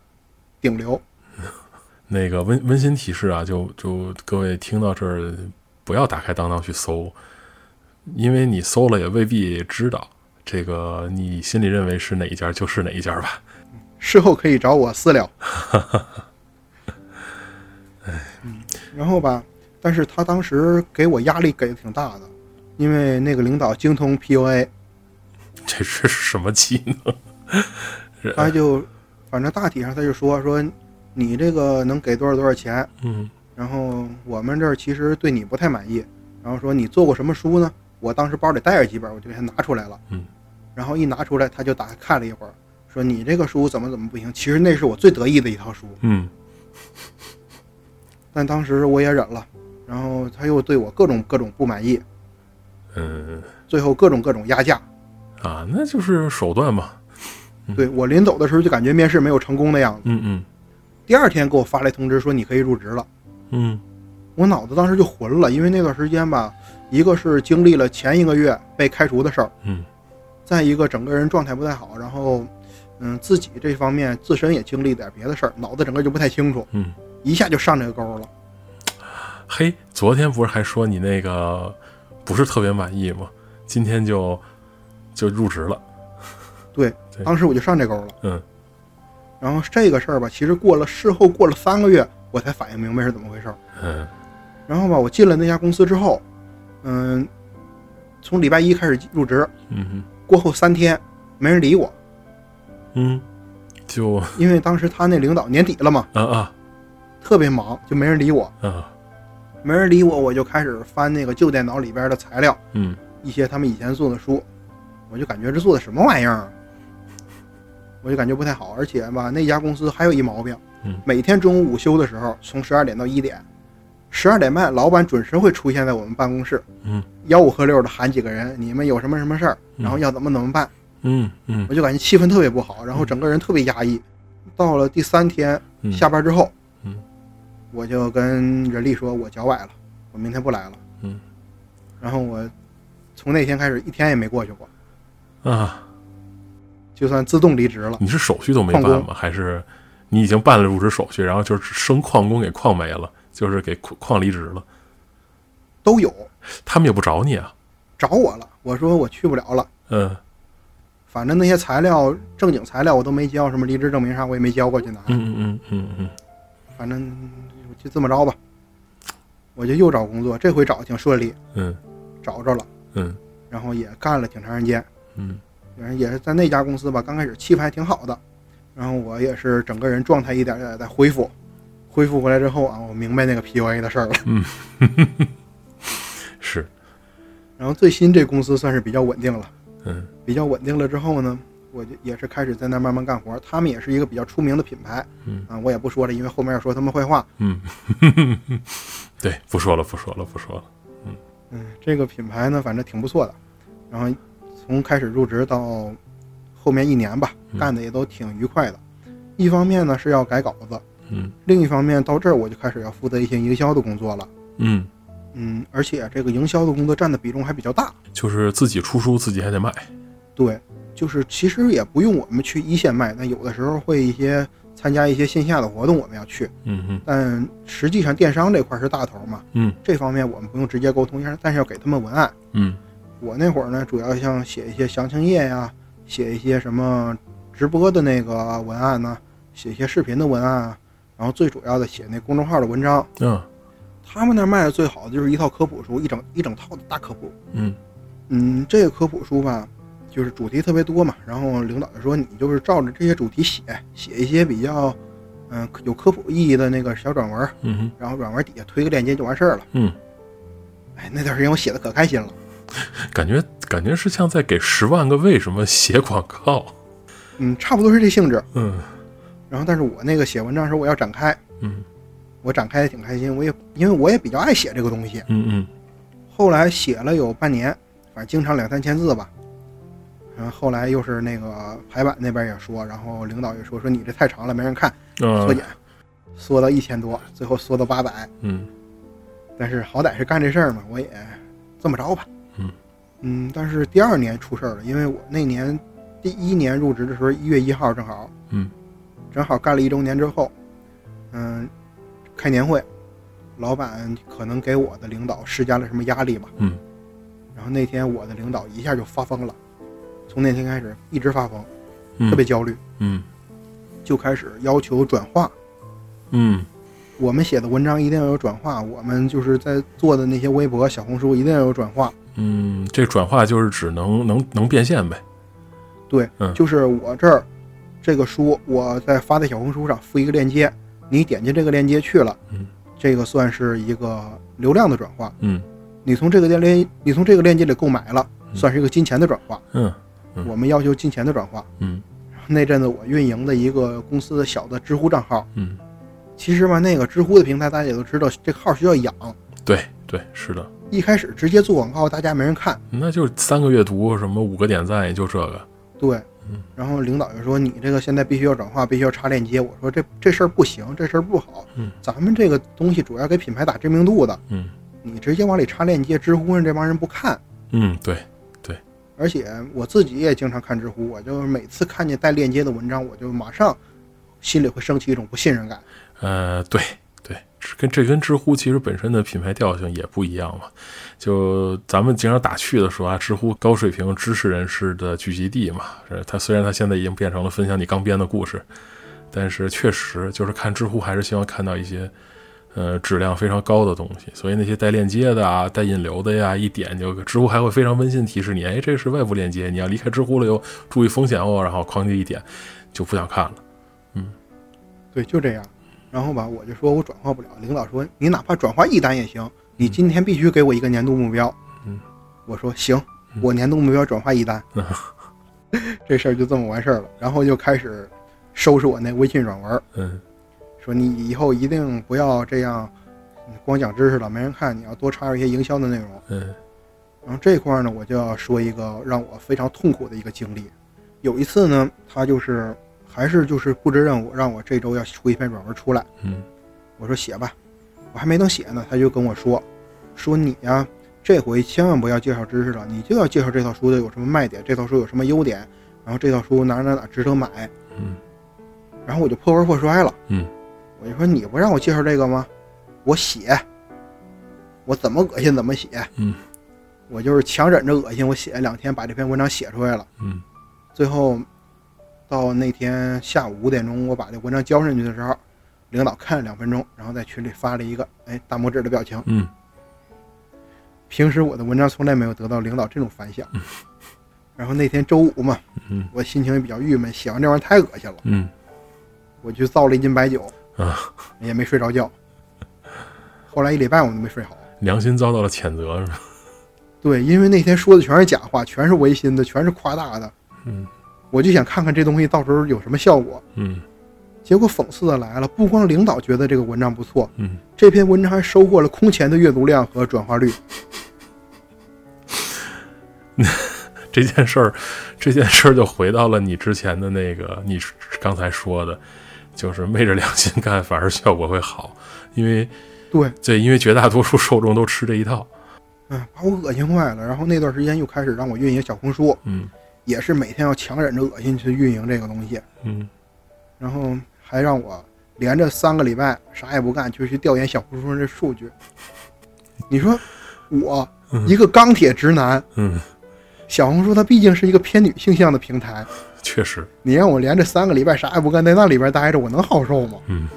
Speaker 2: 顶流。
Speaker 1: 那个温温馨提示啊，就就各位听到这儿，不要打开当当去搜，因为你搜了也未必知道。这个你心里认为是哪一家就是哪一家吧。
Speaker 2: 事后可以找我私聊。嗯，然后吧，但是他当时给我压力给的挺大的，因为那个领导精通 PUA，
Speaker 1: 这是什么技能？
Speaker 2: 他就反正大体上他就说说你这个能给多少多少钱，
Speaker 1: 嗯
Speaker 2: 然后我们这儿其实对你不太满意，然后说你做过什么书呢？我当时包里带着几本，我就给他拿出来了。
Speaker 1: 嗯，
Speaker 2: 然后一拿出来他就打开看了一会儿，说你这个书怎么怎么不行。其实那是我最得意的一套书。
Speaker 1: 嗯
Speaker 2: 但当时我也忍了，然后他又对我各种各种不满意，
Speaker 1: 嗯
Speaker 2: 最后各种各种压价。
Speaker 1: 啊，那就是手段嘛。
Speaker 2: 对我临走的时候就感觉面试没有成功的样子。
Speaker 1: 嗯嗯
Speaker 2: 第二天给我发来通知说你可以入职了，
Speaker 1: 嗯
Speaker 2: 我脑子当时就混了，因为那段时间吧，一个是经历了前一个月被开除的事儿，
Speaker 1: 嗯
Speaker 2: 再一个整个人状态不太好，然后嗯自己这方面自身也经历点别的事儿，脑子整个就不太清楚，
Speaker 1: 嗯，
Speaker 2: 一下就上这个钩了。
Speaker 1: 嘿，昨天不是还说你那个不是特别满意吗？今天就就入职了，对
Speaker 2: 当时我就上这钩了。
Speaker 1: 嗯，
Speaker 2: 然后这个事儿吧，其实过了事后过了三个月，我才反应明白是怎么回事儿。
Speaker 1: 嗯
Speaker 2: 然后吧，我进了那家公司之后，嗯，从礼拜一开始入职，
Speaker 1: 嗯
Speaker 2: 过后三天没人理我，
Speaker 1: 哼嗯，就
Speaker 2: 因为当时他那领导年底了嘛，
Speaker 1: 啊啊
Speaker 2: 特别忙，就没人理我，
Speaker 1: 啊，
Speaker 2: 没人理我，我就开始翻那个旧电脑里边的材料，
Speaker 1: 嗯，
Speaker 2: 一些他们以前做的书，我就感觉这做的什么玩意儿啊，我就感觉不太好。而且吧，那家公司还有一毛病，
Speaker 1: 嗯
Speaker 2: 每天中午午休的时候，从十二点到一点，十二点半老板准时会出现在我们办公室，
Speaker 1: 嗯，
Speaker 2: 吆五喝六的喊几个人，你们有什么什么事儿，
Speaker 1: 嗯
Speaker 2: 然后要怎么怎么办，
Speaker 1: 嗯嗯
Speaker 2: 我就感觉气氛特别不好，然后整个人特别压抑。到了第三天
Speaker 1: 嗯，
Speaker 2: 下班之后，
Speaker 1: 嗯
Speaker 2: 我就跟人力说，我脚崴了，我明天不来了，
Speaker 1: 嗯，
Speaker 2: 然后我从那天开始一天也没过去过，
Speaker 1: 啊，
Speaker 2: 就算自动离职了。
Speaker 1: 你是手续都没
Speaker 2: 旷工
Speaker 1: 办吗？还是你已经办了入职手续，然后就是生旷工给旷没了，就是给旷旷离职了？
Speaker 2: 都有
Speaker 1: 他们也不找你啊？
Speaker 2: 找我了，我说我去不了了，
Speaker 1: 嗯
Speaker 2: 反正那些材料正经材料我都没交，什么离职证明啥我也没交过去拿，
Speaker 1: 嗯嗯嗯嗯
Speaker 2: 反正就这么着吧。我就又找工作，这回找挺顺利，
Speaker 1: 嗯
Speaker 2: 找着了，
Speaker 1: 嗯
Speaker 2: 然后也干了挺长时间，
Speaker 1: 嗯
Speaker 2: 反正也是在那家公司吧，刚开始气氛还挺好的，然后我也是整个人状态一点点在恢复，恢复回来之后啊，我明白那个 PUA 的事儿了。 (laughs)
Speaker 1: 嗯，是，
Speaker 2: 然后最新这公司算是比较稳定了，
Speaker 1: 嗯
Speaker 2: 比较稳定了之后呢，我就也是开始在那儿慢慢干活。他们也是一个比较出名的品牌，
Speaker 1: 嗯
Speaker 2: 啊，我也不说了，因为后面要说他们坏话。
Speaker 1: 嗯， (laughs) 对，不说了，不说了，不说了。
Speaker 2: 嗯，这个品牌呢，反正挺不错的。然后从开始入职到后面一年吧，
Speaker 1: 嗯
Speaker 2: 干的也都挺愉快的。一方面呢是要改稿子，
Speaker 1: 嗯
Speaker 2: 另一方面到这儿我就开始要负责一些营销的工作了。
Speaker 1: 嗯，
Speaker 2: 嗯，而且这个营销的工作占的比重还比较大。
Speaker 1: 就是自己出书，自己还得卖。
Speaker 2: 对，就是其实也不用我们去一线卖，但有的时候会一些参加一些线下的活动，我们要去。
Speaker 1: 嗯嗯
Speaker 2: 但实际上电商这块儿是大头嘛，
Speaker 1: 嗯，
Speaker 2: 这方面我们不用直接沟通，但是但是要给他们文案。
Speaker 1: 嗯
Speaker 2: 我那会儿呢，主要像写一些详情页呀、写一些什么直播的那个文案呐、写一些视频的文案啊，然后最主要的写那公众号的文章。
Speaker 1: 嗯
Speaker 2: 他们那儿卖的最好的就是一套科普书，一整一整套的大科普。
Speaker 1: 嗯
Speaker 2: 嗯，这个科普书吧，就是主题特别多嘛。然后领导就说，你就是照着这些主题写，写一些比较，嗯、有科普意义的那个小短文儿，
Speaker 1: 嗯嗯
Speaker 2: 然后软文底下推个链接就完事儿了。
Speaker 1: 嗯，
Speaker 2: 哎，那段时间我写的可开心了。
Speaker 1: 感觉感觉是像在给《十万个为什么》写广告。
Speaker 2: 嗯，差不多是这性质。
Speaker 1: 嗯
Speaker 2: 然后，但是我那个写文章的时候，我要展开，
Speaker 1: 嗯
Speaker 2: 我展开也挺开心。我也因为我也比较爱写这个东西，
Speaker 1: 嗯嗯
Speaker 2: 后来写了有半年，反正经常两三千字吧。然后后来又是那个排版那边也说，然后领导也说说你这太长了，没人看，缩减
Speaker 1: 嗯，
Speaker 2: 缩到一千多，最后缩到八百。
Speaker 1: 嗯
Speaker 2: 但是好歹是干这事儿嘛，我也这么着吧。
Speaker 1: 嗯
Speaker 2: 嗯但是第二年出事儿了，因为我那年第一年入职的时候，一月一号正好，
Speaker 1: 嗯，
Speaker 2: 正好干了一周年之后，嗯，开年会，老板可能给我的领导施加了什么压力吧，
Speaker 1: 嗯，
Speaker 2: 然后那天我的领导一下就发疯了，从那天开始一直发疯，特别
Speaker 1: 嗯
Speaker 2: 焦虑，
Speaker 1: 嗯
Speaker 2: 就开始要求转化。
Speaker 1: 嗯
Speaker 2: 我们写的文章一定要有转化，我们就是在做的那些微博、小红书一定要有转化。
Speaker 1: 嗯，这转化就是只能能能变现呗。
Speaker 2: 对，
Speaker 1: 嗯
Speaker 2: 就是我这儿这个书，我在发在小红书上附一个链接，你点击这个链接去了，
Speaker 1: 嗯
Speaker 2: 这个算是一个流量的转化。
Speaker 1: 嗯
Speaker 2: 你从这个链链，你从这个链接里购买了，
Speaker 1: 嗯
Speaker 2: 算是一个金钱的转化。
Speaker 1: 嗯嗯
Speaker 2: 我们要求金钱的转化。
Speaker 1: 嗯
Speaker 2: 那阵子我运营的一个公司的小的知乎账号，
Speaker 1: 嗯，
Speaker 2: 其实吧，那个知乎的平台大家也都知道，这个号需要养。
Speaker 1: 对对，是的，
Speaker 2: 一开始直接做广告，大家没人看，
Speaker 1: 那就三个阅读，什么五个点赞，也就这个。
Speaker 2: 对
Speaker 1: 嗯。
Speaker 2: 然后领导就说：“你这个现在必须要转化，必须要插链接。”我说这：“这事儿不行，这事儿不好
Speaker 1: 嗯。
Speaker 2: 咱们这个东西主要给品牌打知名度的，
Speaker 1: 嗯
Speaker 2: 你直接往里插链接，知乎上这帮人不看。
Speaker 1: 嗯，对，
Speaker 2: 而且我自己也经常看知乎，我就是每次看见带链接的文章，我就马上心里会升起一种不信任感。
Speaker 1: 呃，对对，这跟这跟知乎其实本身的品牌调性也不一样嘛。就咱们经常打趣的说啊，知乎高水平知识人士的聚集地嘛。呃它虽然它现在已经变成了分享你刚编的故事，但是确实就是看知乎还是希望看到一些呃质量非常高的东西。所以那些带链接的啊、带引流的呀，一点就知乎还会非常温馨提示你，哎，这是外部链接，你要离开知乎了哟，注意风险哦。然后哐叽一点就不想看了。
Speaker 2: 对，就这样。然后吧，我就说我转化不了。领导说你哪怕转化一单也行，你今天必须给我一个年度目标。
Speaker 1: 嗯，
Speaker 2: 我说行，我年度目标转化一单。 (laughs) 这事儿就这么完事儿了。然后就开始收拾我那微信软文儿，
Speaker 1: 嗯
Speaker 2: 说你以后一定不要这样，嗯光讲知识了没人看，你要多插入一些营销的内容。
Speaker 1: 嗯
Speaker 2: 然后这块儿呢，我就要说一个让我非常痛苦的一个经历。有一次呢，他就是还是就是布置任务，让我这周要出一篇软文出来。
Speaker 1: 嗯
Speaker 2: 我说写吧，我还没等写呢，他就跟我说，说你呀、这回千万不要介绍知识了，你就要介绍这套书的有什么卖点，这套书有什么优点，然后这套书哪哪哪值得买。
Speaker 1: 嗯
Speaker 2: 然后我就破罐破摔了，
Speaker 1: 嗯，
Speaker 2: 我就说你不让我介绍这个吗？我写，我怎么恶心怎么写，
Speaker 1: 嗯，
Speaker 2: 我就是强忍着恶心，我写了两天把这篇文章写出来了。
Speaker 1: 嗯
Speaker 2: 最后到那天下午五点钟，我把这文章交上去的时候，领导看了两分钟，然后在群里发了一个哎大拇指的表情。
Speaker 1: 嗯
Speaker 2: 平时我的文章从来没有得到领导这种反响。 (laughs) 然后那天周五嘛，
Speaker 1: 嗯
Speaker 2: 我心情也比较郁闷，写完这玩意儿太恶心了，
Speaker 1: 嗯
Speaker 2: 我去造了一斤白酒，
Speaker 1: 啊。
Speaker 2: 也没睡着觉。后来一礼拜我都没睡好。
Speaker 1: 良心遭到了谴责，是吧？
Speaker 2: 对，因为那天说的全是假话，全是违心的，全是夸大的。
Speaker 1: 嗯，
Speaker 2: 我就想看看这东西到时候有什么效果。
Speaker 1: 嗯
Speaker 2: 结果讽刺的来了，不光领导觉得这个文章不错，
Speaker 1: 嗯，
Speaker 2: 这篇文章还收获了空前的阅读量和转化率。
Speaker 1: 这件事儿， (laughs) 这件事儿就回到了你之前的那个，你刚才说的，就是昧着良心干，反而效果会好，因为
Speaker 2: 对，
Speaker 1: 对，因为绝大多数受众都吃这一套。
Speaker 2: 嗯，把我恶心坏了。然后那段时间又开始让我运营小红书，
Speaker 1: 嗯
Speaker 2: 也是每天要强忍着恶心去运营这个东西，
Speaker 1: 嗯
Speaker 2: 然后还让我连着三个礼拜啥也不干，就去调研小红书上这数据。你说我
Speaker 1: 嗯
Speaker 2: 一个钢铁直男，
Speaker 1: 嗯，
Speaker 2: 小红书它毕竟是一个偏女性向的平台，
Speaker 1: 确实，
Speaker 2: 你让我连着三个礼拜啥也不干，在那里边待着，我能好受吗？
Speaker 1: 嗯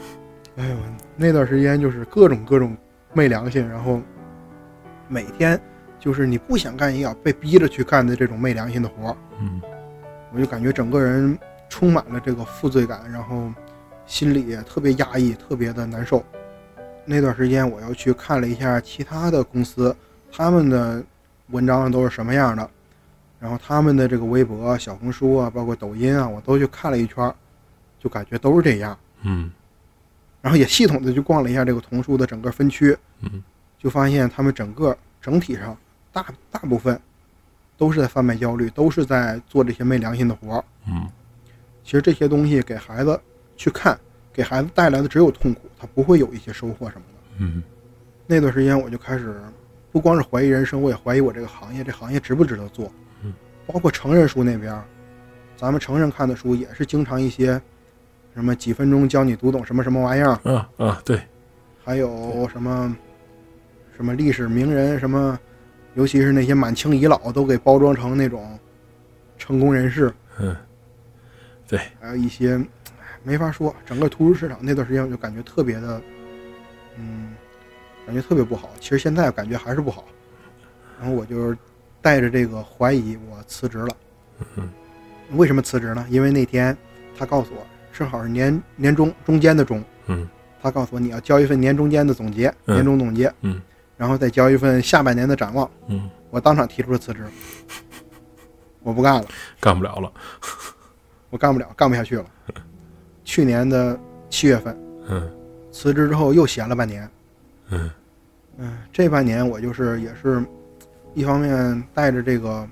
Speaker 2: 哎呦，那段时间就是各种各种昧良心，然后每天就是你不想干也要被逼着去干的这种昧良心的活儿，
Speaker 1: 嗯
Speaker 2: 我就感觉整个人充满了这个负罪感，然后心里也特别压抑，特别的难受。那段时间我又去看了一下其他的公司，他们的文章都是什么样的，然后他们的这个微博啊、小红书啊，包括抖音啊，我都去看了一圈儿，就感觉都是这样。
Speaker 1: 嗯
Speaker 2: 然后也系统的去逛了一下这个童书的整个分区，
Speaker 1: 嗯，
Speaker 2: 就发现他们整个整体上大大部分都是在贩卖焦虑，都是在做这些没良心的活儿。
Speaker 1: 嗯
Speaker 2: 其实这些东西给孩子去看，给孩子带来的只有痛苦，他不会有一些收获什么的。
Speaker 1: 嗯
Speaker 2: 那段时间我就开始不光是怀疑人生，我也怀疑我这个行业，这行业值不值得做
Speaker 1: 嗯。
Speaker 2: 包括成人书那边儿，咱们成人看的书也是经常一些什么几分钟教你读懂什么什么玩意儿，
Speaker 1: 啊啊，对，
Speaker 2: 还有什么什么历史名人，什么，尤其是那些满清遗老，都给包装成那种成功人士，
Speaker 1: 嗯对，
Speaker 2: 还有一些唉没法说。整个图书市场那段时间，我就感觉特别的，嗯，感觉特别不好。其实现在感觉还是不好。然后我就是带着这个怀疑，我辞职了。
Speaker 1: 嗯
Speaker 2: 为什么辞职呢？因为那天他告诉我，正好是年年终中间的中，
Speaker 1: 嗯
Speaker 2: 他告诉我你要交一份年中间的总结，
Speaker 1: 嗯
Speaker 2: 年终总结，
Speaker 1: 嗯
Speaker 2: 然后再交一份下半年的展望。
Speaker 1: 嗯，
Speaker 2: 我当场提出了辞职，我不干了，
Speaker 1: 干不了了，
Speaker 2: 我干不了，干不下
Speaker 1: (laughs)
Speaker 2: 去了。去年的七月份
Speaker 1: 嗯
Speaker 2: 辞职之后又闲了半年，
Speaker 1: 嗯
Speaker 2: 嗯，这半年我就是也是，一方面带着这个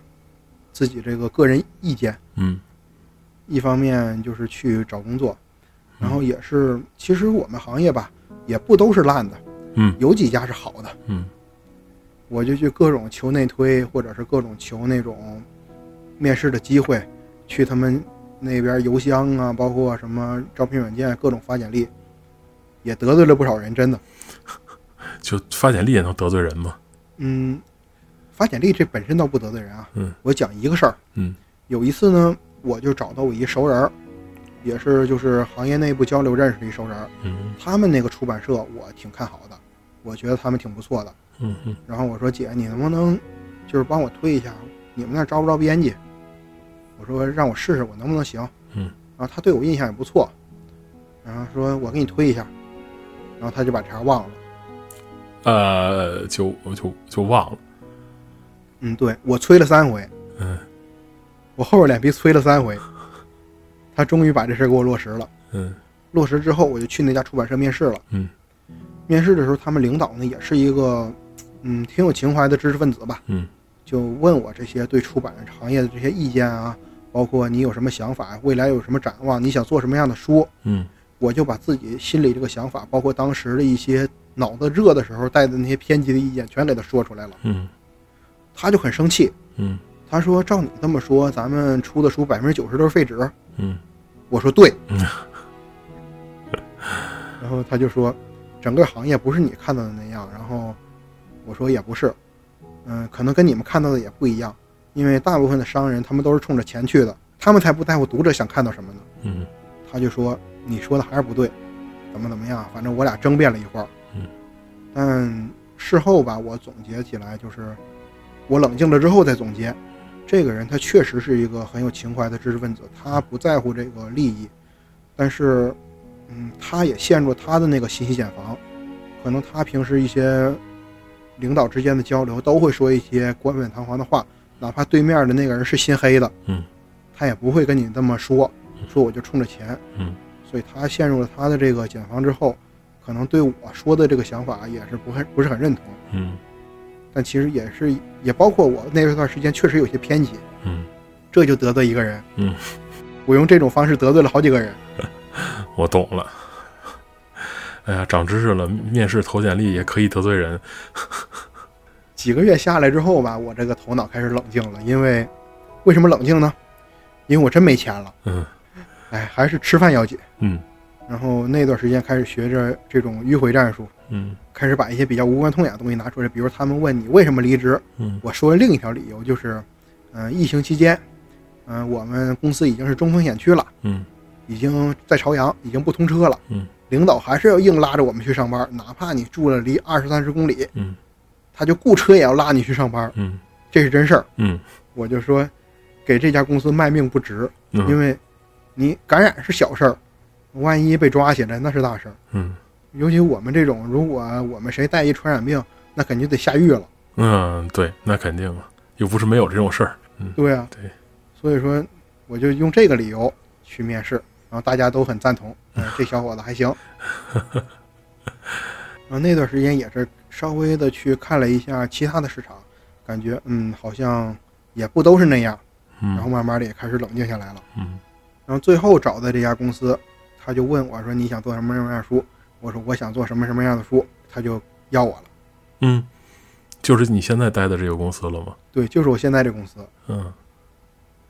Speaker 2: 自己这个个人意见，
Speaker 1: 嗯
Speaker 2: 一方面就是去找工作，
Speaker 1: 嗯
Speaker 2: 然后也是其实我们行业吧也不都是烂的，
Speaker 1: 嗯
Speaker 2: 有几家是好的。
Speaker 1: 嗯
Speaker 2: 我就去各种求内推，或者是各种求那种面试的机会，去他们那边邮箱啊，包括什么招聘软件各种发简历，也得罪了不少人，真的。
Speaker 1: 就发简历也能得罪人吗？
Speaker 2: 嗯，发简历这本身倒不得罪人啊。
Speaker 1: 嗯，
Speaker 2: 我讲一个事儿。
Speaker 1: 嗯，
Speaker 2: 有一次呢，我就找到我一熟人儿，也是就是行业内部交流认识的一熟人儿，
Speaker 1: 嗯
Speaker 2: 他们那个出版社我挺看好的，我觉得他们挺不错的。
Speaker 1: 嗯嗯
Speaker 2: 然后我说姐，你能不能就是帮我推一下？你们那儿招不招编辑？我说让我试试，我能不能行？
Speaker 1: 嗯，
Speaker 2: 然后他对我印象也不错，然后说我给你推一下，然后他就把茬忘了。
Speaker 1: 呃，就我就就忘了。
Speaker 2: 嗯，对我催了三回，
Speaker 1: 嗯
Speaker 2: 我厚着脸皮催了三回，他终于把这事儿给我落实了。
Speaker 1: 嗯
Speaker 2: 落实之后，我就去那家出版社面试了。
Speaker 1: 嗯，
Speaker 2: 面试的时候，他们领导呢也是一个，嗯，挺有情怀的知识分子吧。
Speaker 1: 嗯，
Speaker 2: 就问我这些对出版行业的这些意见啊，包括你有什么想法，未来有什么展望，你想做什么样的书，
Speaker 1: 嗯
Speaker 2: 我就把自己心里这个想法，包括当时的一些脑子热的时候带的那些偏激的意见，全给他说出来了。
Speaker 1: 嗯
Speaker 2: 他就很生气，
Speaker 1: 嗯
Speaker 2: 他说：“照你这么说，咱们出的书百分之九十都是废纸。”
Speaker 1: 嗯
Speaker 2: 我说对
Speaker 1: 嗯，
Speaker 2: (laughs) 然后他就说，整个行业不是你看到的那样。然后我说也不是，嗯，可能跟你们看到的也不一样，因为大部分的商人他们都是冲着钱去的，他们才不在乎读者想看到什么呢。
Speaker 1: 嗯
Speaker 2: 他就说你说的还是不对，怎么怎么样，反正我俩争辩了一会儿
Speaker 1: 嗯。
Speaker 2: 但事后吧，我总结起来就是，我冷静了之后再总结，这个人他确实是一个很有情怀的知识分子，他不在乎这个利益，但是，嗯，他也陷入他的那个信息茧房，可能他平时一些领导之间的交流都会说一些冠冕堂皇的话，哪怕对面的那个人是心黑的，
Speaker 1: 嗯，
Speaker 2: 他也不会跟你这么说，说我就冲着钱，
Speaker 1: 嗯，
Speaker 2: 所以他陷入了他的这个茧房之后，可能对我说的这个想法也是不很不是很认同，
Speaker 1: 嗯
Speaker 2: 但其实也是也包括我那段时间确实有些偏激，
Speaker 1: 嗯，
Speaker 2: 这就得罪一个人，
Speaker 1: 嗯，
Speaker 2: 我用这种方式得罪了好几个人，
Speaker 1: 我懂了。哎呀，长知识了！面试投简历也可以得罪人。
Speaker 2: 几个月下来之后吧，我这个头脑开始冷静了，因为为什么冷静呢？因为我真没钱了，
Speaker 1: 嗯
Speaker 2: 哎，还是吃饭要紧。
Speaker 1: 嗯
Speaker 2: 然后那段时间开始学着这种迂回战术，
Speaker 1: 嗯
Speaker 2: 开始把一些比较无关痛痒的东西拿出来，比如他们问你为什么离职，
Speaker 1: 嗯
Speaker 2: 我说另一条理由就是，嗯、疫情期间，嗯、我们公司已经是中风险区了，
Speaker 1: 嗯
Speaker 2: 已经在朝阳，已经不通车了，
Speaker 1: 嗯，
Speaker 2: 领导还是要硬拉着我们去上班，哪怕你住了离二十三十公里，
Speaker 1: 嗯
Speaker 2: 他就雇车也要拉你去上班，
Speaker 1: 嗯
Speaker 2: 这是真事儿。
Speaker 1: 嗯
Speaker 2: 我就说，给这家公司卖命不值，因
Speaker 1: 嗯
Speaker 2: 为你感染是小事儿，万一被抓起来那是大事儿。
Speaker 1: 嗯
Speaker 2: 尤其我们这种，如果我们谁带一传染病，那肯定得下狱了。
Speaker 1: 嗯，对，那肯定啊，又不是没有这种事儿。
Speaker 2: 对啊，
Speaker 1: 对，
Speaker 2: 所以说我就用这个理由去面试，然后大家都很赞
Speaker 1: (laughs)
Speaker 2: 同，嗯、这小伙子还行。 (laughs) 然后那段时间也是稍微的去看了一下其他的市场，感觉嗯好像也不都是那样，然后
Speaker 1: 嗯
Speaker 2: 慢慢的也开始冷静下来了。
Speaker 1: 嗯
Speaker 2: 然后最后找的这家公司，他就问我说：“你想做什么什么样的书？”我说：“我想做什么什么样的书。”他就要我了。
Speaker 1: 嗯，就是你现在待的这个公司了吗？
Speaker 2: 对，就是我现在这公司，
Speaker 1: 嗯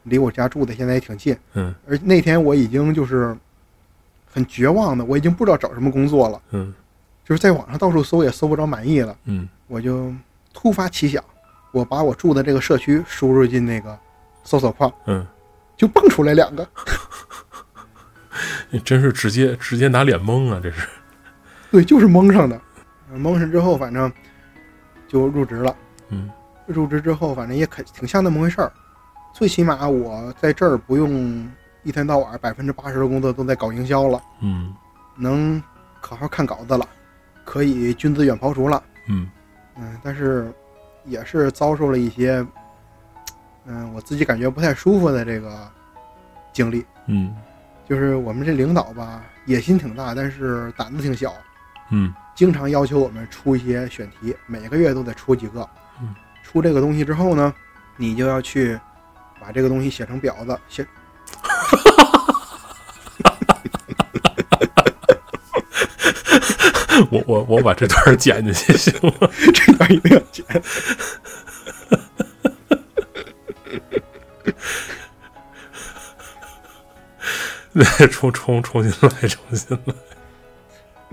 Speaker 2: 离我家住的现在也挺近。
Speaker 1: 嗯
Speaker 2: 而那天我已经就是很绝望的，我已经不知道找什么工作了，
Speaker 1: 嗯
Speaker 2: 就是在网上到处搜也搜不着满意的。
Speaker 1: 嗯，
Speaker 2: 我就突发奇想，我把我住的这个社区输入进那个搜索框，
Speaker 1: 嗯，
Speaker 2: 就蹦出来两个。
Speaker 1: 你真是直接直接拿脸蒙啊，这是。
Speaker 2: 对，就是蒙上的。呃蒙上之后，反正就入职了。
Speaker 1: 嗯，
Speaker 2: 入职之后，反正也肯挺像那么回事儿。最起码我在这儿不用一天到晚百分之八十的工作都在搞营销了，
Speaker 1: 嗯
Speaker 2: 能好好看稿子了，可以君子远庖厨了。
Speaker 1: 嗯
Speaker 2: 嗯，但是也是遭受了一些，嗯，我自己感觉不太舒服的这个经历。
Speaker 1: 嗯
Speaker 2: 就是我们这领导吧，野心挺大，但是胆子挺小。
Speaker 1: 嗯
Speaker 2: 经常要求我们出一些选题，每个月都得出几个
Speaker 1: 嗯。
Speaker 2: 出这个东西之后呢，你就要去把这个东西写成表子，写 (laughs)
Speaker 1: 我我我把这段儿剪进去行吗？
Speaker 2: 这段一定要剪。
Speaker 1: 再重重重新来，重新来。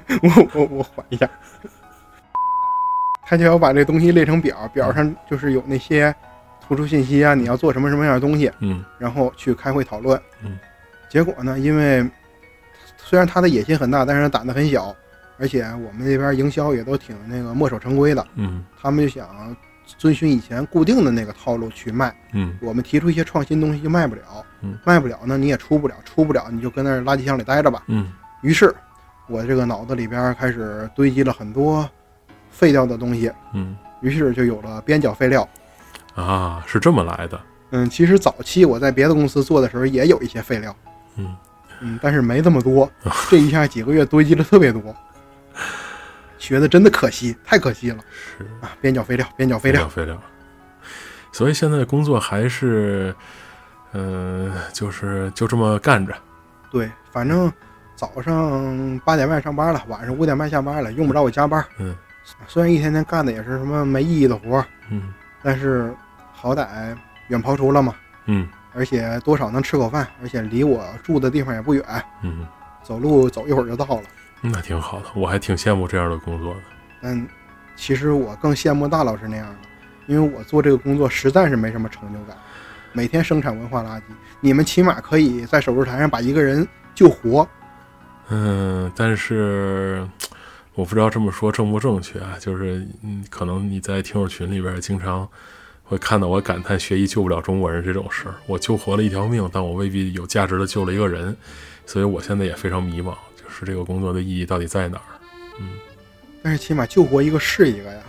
Speaker 2: (laughs) 我我我缓一下。他就要把这东西列成表，表上就是有那些突出信息啊，你要做什么什么样的东西，
Speaker 1: 嗯
Speaker 2: 然后去开会讨论。
Speaker 1: 嗯，
Speaker 2: 结果呢，因为虽然他的野心很大，但是他胆子很小，而且我们这边营销也都挺那个墨守成规的，
Speaker 1: 嗯
Speaker 2: 他们就想遵循以前固定的那个套路去卖。
Speaker 1: 嗯
Speaker 2: 我们提出一些创新东西就卖不了，
Speaker 1: 嗯
Speaker 2: 卖不了呢你也出不了，出不了你就跟那儿垃圾箱里待着吧。
Speaker 1: 嗯
Speaker 2: 于是，我这个脑子里边开始堆积了很多废掉的东西，
Speaker 1: 嗯
Speaker 2: 于是就有了边角废料。
Speaker 1: 啊，是这么来的。
Speaker 2: 嗯，其实早期我在别的公司做的时候也有一些废料，
Speaker 1: 嗯
Speaker 2: 嗯，但是没这么多，这一下几个月堆积了特别多，学的真的可惜，太可惜了
Speaker 1: 是
Speaker 2: 啊！边角废料，边角废料，
Speaker 1: 废料。所以现在工作还是，呃，就是就这么干着。
Speaker 2: 对，反正早上八点半上班了，晚上五点半下班了，用不着我加班。
Speaker 1: 嗯，
Speaker 2: 虽然一天天干的也是什么没意义的活儿，
Speaker 1: 嗯
Speaker 2: 但是好歹远庖厨了嘛，
Speaker 1: 嗯
Speaker 2: 而且多少能吃口饭，而且离我住的地方也不远，
Speaker 1: 嗯，
Speaker 2: 走路走一会儿就到了。
Speaker 1: 那挺好的，我还挺羡慕这样的工作的。
Speaker 2: 但其实我更羡慕大老师那样的，因为我做这个工作实在是没什么成就感，每天生产文化垃圾。你们起码可以在手术台上把一个人救活，
Speaker 1: 嗯，但是我不知道这么说正不正确啊，就是嗯，可能你在听友群里边儿经常会看到我感叹学医救不了中国人这种事儿。我救活了一条命，但我未必有价值的救了一个人，所以我现在也非常迷茫，就是这个工作的意义到底在哪儿？
Speaker 2: 但是起码救活一个是一个呀。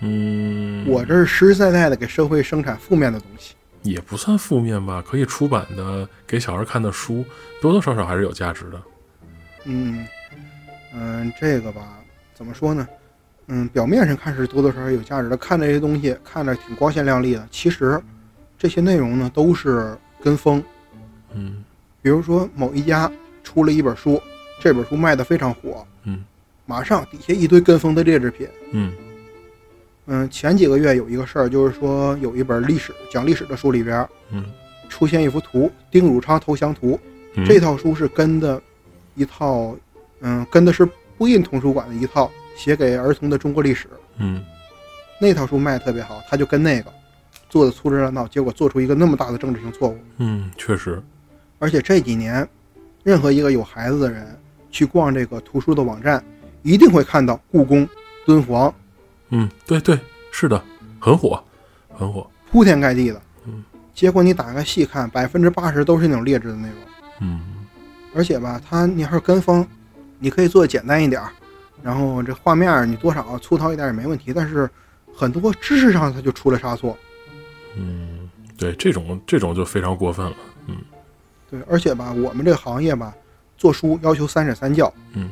Speaker 1: 嗯，
Speaker 2: 我这是实实在在的给社会生产负面的东西。
Speaker 1: 也不算负面吧，可以出版的给小孩看的书，多多少少还是有价值的。
Speaker 2: 嗯，嗯，这个吧，怎么说呢？嗯，表面上看是多多少少有价值的，看这些东西看着挺光鲜亮丽的，其实这些内容呢都是跟风。
Speaker 1: 嗯
Speaker 2: 比如说某一家出了一本书，这本书卖得非常火，
Speaker 1: 嗯，
Speaker 2: 马上底下一堆跟风的劣质品。
Speaker 1: 嗯
Speaker 2: 嗯，前几个月有一个事儿，就是说有一本历史讲历史的书里边
Speaker 1: 嗯
Speaker 2: 出现一幅图，丁汝昌投降图，
Speaker 1: 嗯，
Speaker 2: 这套书是跟的一套，嗯，跟的是布印图书馆的一套写给儿童的中国历史。
Speaker 1: 嗯
Speaker 2: 那套书卖得特别好，他就跟那个做的粗制滥造，结果做出一个那么大的政治性错误。
Speaker 1: 嗯，确实，
Speaker 2: 而且这几年，任何一个有孩子的人去逛这个图书的网站，一定会看到故宫、敦煌
Speaker 1: 嗯，对对，是的，很火，很火。
Speaker 2: 铺天盖地的
Speaker 1: 嗯。
Speaker 2: 结果你打开细看，百分之八十都是那种劣质的内容。
Speaker 1: 嗯
Speaker 2: 而且吧，它你要是跟风，你可以做的简单一点儿，然后这画面儿你多少粗糙一点儿也没问题。但是很多知识上它就出了差错，
Speaker 1: 嗯，对，这种这种就非常过分了。
Speaker 2: 对。而且吧，我们这个行业吧，做书要求三审三教，
Speaker 1: 嗯，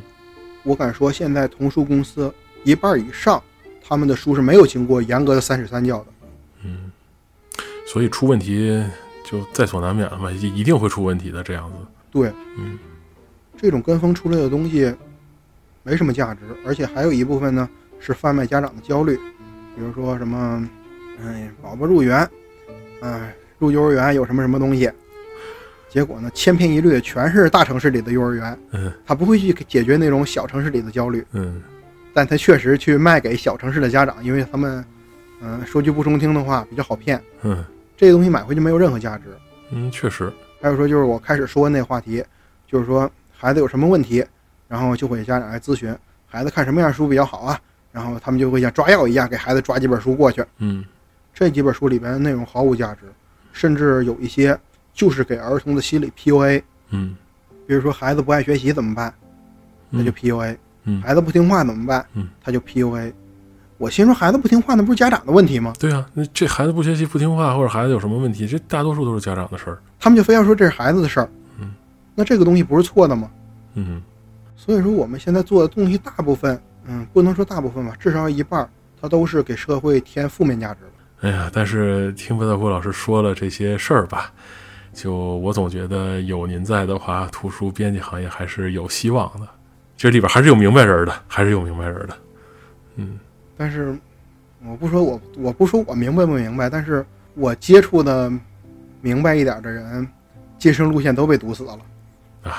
Speaker 2: 我敢说现在童书公司一半以上，他们的书是没有经过严格的三审三教的。
Speaker 1: 嗯，所以出问题就在所难免了嘛，一一定会出问题的。这样子，
Speaker 2: 对，
Speaker 1: 嗯
Speaker 2: 这种跟风出来的东西没什么价值，而且还有一部分呢是贩卖家长的焦虑，比如说什么，哎，宝宝入园，哎，入幼儿园有什么什么东西，结果呢千篇一律，全是大城市里的幼儿园，
Speaker 1: 嗯
Speaker 2: 他不会去解决那种小城市里的焦虑，
Speaker 1: 嗯
Speaker 2: 但他确实去卖给小城市的家长，因为他们，嗯、说句不中听的话，比较好骗，
Speaker 1: 嗯
Speaker 2: 这东西买回去没有任何价值。
Speaker 1: 嗯，确实，
Speaker 2: 还有说就是我开始说那话题，就是说孩子有什么问题，然后就会家长来咨询孩子看什么样的书比较好啊，然后他们就会像抓药一样给孩子抓几本书过去。
Speaker 1: 嗯
Speaker 2: 这几本书里边的内容毫无价值，甚至有一些就是给儿童的心理 PUA，
Speaker 1: 嗯
Speaker 2: 比如说孩子不爱学习怎么办，那就 PUA；、
Speaker 1: 嗯
Speaker 2: 孩子不听话怎么办
Speaker 1: 嗯，
Speaker 2: 他就 PUA。我心说孩子不听话，那不是家长的问题吗？
Speaker 1: 对啊，那这孩子不学习、不听话，或者孩子有什么问题，这大多数都是家长的事儿。
Speaker 2: 他们就非要说这是孩子的事儿
Speaker 1: 嗯，
Speaker 2: 那这个东西不是错的吗？
Speaker 1: 嗯
Speaker 2: 所以说我们现在做的东西大部分，嗯，不能说大部分吧，至少一半儿，它都是给社会添负面价值的。
Speaker 1: 哎呀，但是听白大郭老师说了这些事儿吧，就我总觉得有您在的话，图书编辑行业还是有希望的。这里边还是有明白人儿的，还是有明白人儿的。嗯
Speaker 2: 但是，我不说我我不说我明白不明白，但是我接触的明白一点儿的人，晋升路线都被堵死了。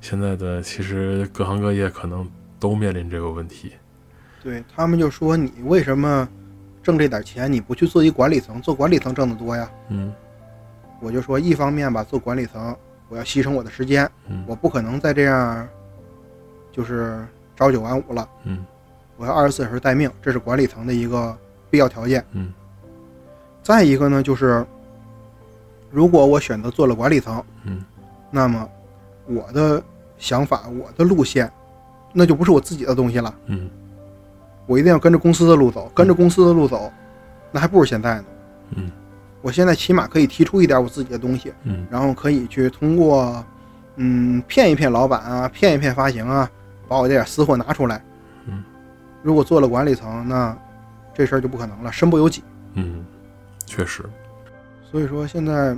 Speaker 1: 现在的其实各行各业可能都面临这个问题。
Speaker 2: 对他们就说你为什么挣这点钱你不去做一管理层，做管理层挣得多呀？
Speaker 1: 嗯
Speaker 2: 我就说一方面吧，做管理层我要牺牲我的时间，
Speaker 1: 嗯
Speaker 2: 我不可能再这样，就是朝九晚五了，
Speaker 1: 嗯
Speaker 2: 我要二十四小时待命，这是管理层的一个必要条件。
Speaker 1: 嗯
Speaker 2: 再一个呢，就是如果我选择做了管理层，
Speaker 1: 嗯，
Speaker 2: 那么我的想法、我的路线，那就不是我自己的东西了，
Speaker 1: 嗯
Speaker 2: 我一定要跟着公司的路走，跟着公司的路走，那还不如现在呢。
Speaker 1: 嗯，
Speaker 2: 我现在起码可以提出一点我自己的东西，
Speaker 1: 嗯
Speaker 2: 然后可以去通过，嗯，骗一骗老板啊，骗一骗发行啊，把我这点私货拿出来。
Speaker 1: 嗯，
Speaker 2: 如果做了管理层，那这事儿就不可能了，身不由己。
Speaker 1: 嗯，确实，
Speaker 2: 所以说现在，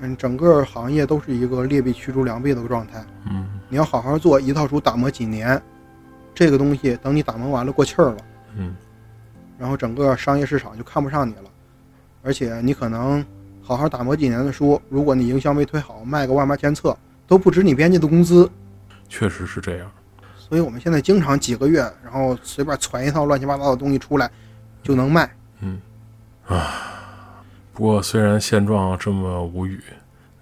Speaker 2: 嗯，整个行业都是一个劣币驱逐良币的状态。
Speaker 1: 嗯
Speaker 2: 你要好好做一套书，打磨几年，这个东西等你打磨完了过气儿了，
Speaker 1: 嗯
Speaker 2: 然后整个商业市场就看不上你了。而且你可能好好打磨几年的书，如果你营销没推好，卖个万八千册都不值你编辑的工资。
Speaker 1: 确实是这样。
Speaker 2: 所以我们现在经常几个月，然后随便传一套乱七八糟的东西出来，就能卖。
Speaker 1: 不过虽然现状这么无语，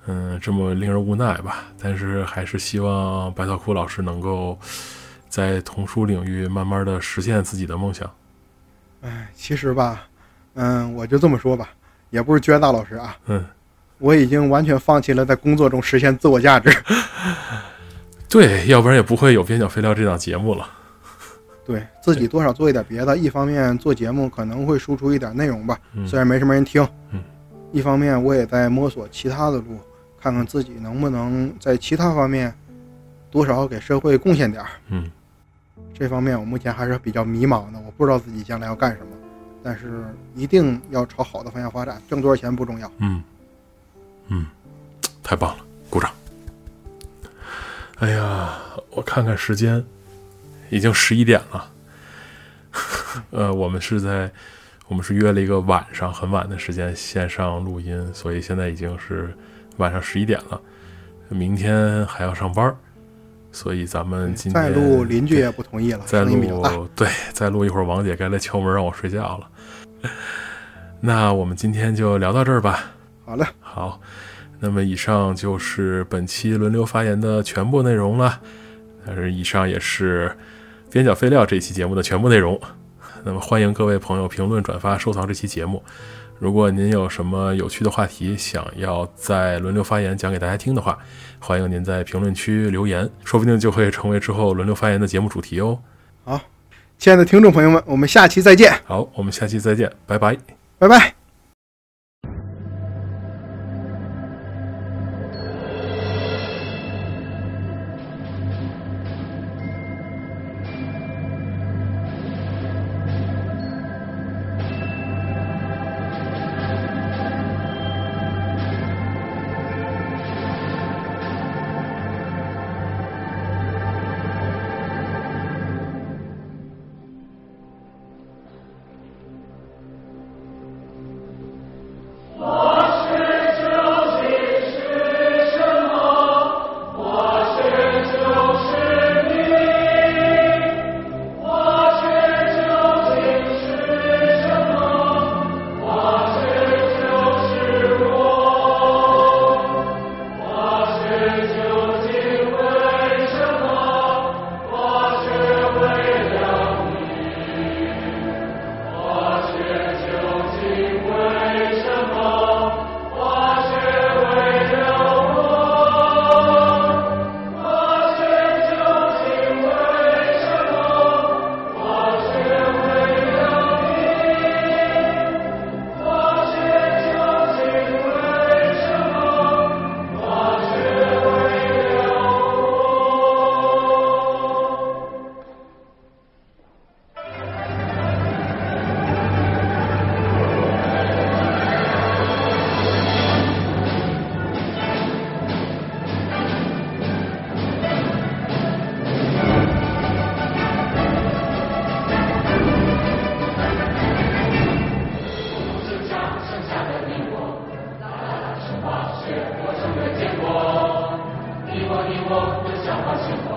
Speaker 1: 嗯，这么令人无奈吧，但是还是希望白小库老师能够在童书领域慢慢的实现自己的梦想。
Speaker 2: 唉，哎其实吧，嗯，我就这么说吧，也不是撅大老师啊，
Speaker 1: 嗯，
Speaker 2: 我已经完全放弃了在工作中实现自我价值。 (laughs)
Speaker 1: 对，要不然也不会有边角废料这档节目了。
Speaker 2: 对自己多少做一点别的，一方面做节目可能会输出一点内容吧，
Speaker 1: 嗯
Speaker 2: 虽然没什么人听。
Speaker 1: 嗯，
Speaker 2: 一方面我也在摸索其他的路，看看自己能不能在其他方面多少给社会贡献点儿。
Speaker 1: 嗯
Speaker 2: 这方面我目前还是比较迷茫的，我不知道自己将来要干什么，但是一定要朝好的方向发展。挣多少钱不重要，
Speaker 1: 嗯嗯，太棒了，鼓掌！哎呀，我看看时间，已经十一点了。 (laughs) 呃，我们是在我们是约了一个晚上很晚的时间线上录音，所以现在已经是晚上十一点了。明天还要上班儿，所以咱们嗯今天
Speaker 2: 再录邻居也不同意了，
Speaker 1: 再
Speaker 2: 声音比较大。
Speaker 1: 录对，再录一会儿，王姐该来敲门让我睡觉了。 (laughs) 那我们今天就聊到这儿吧。
Speaker 2: 好了，
Speaker 1: 好，那么以上就是本期轮流发言的全部内容了。但是以上也是边角废料这期节目的全部内容。那么欢迎各位朋友评论、转发、收藏这期节目。如果您有什么有趣的话题想要在轮流发言讲给大家听的话，欢迎您在评论区留言，说不定就会成为之后轮流发言的节目主题哦。
Speaker 2: 亲爱的听众朋友们，我们下期再见，
Speaker 1: 好，我们下期再见，拜拜。
Speaker 2: 拜拜。
Speaker 3: 要忘记我。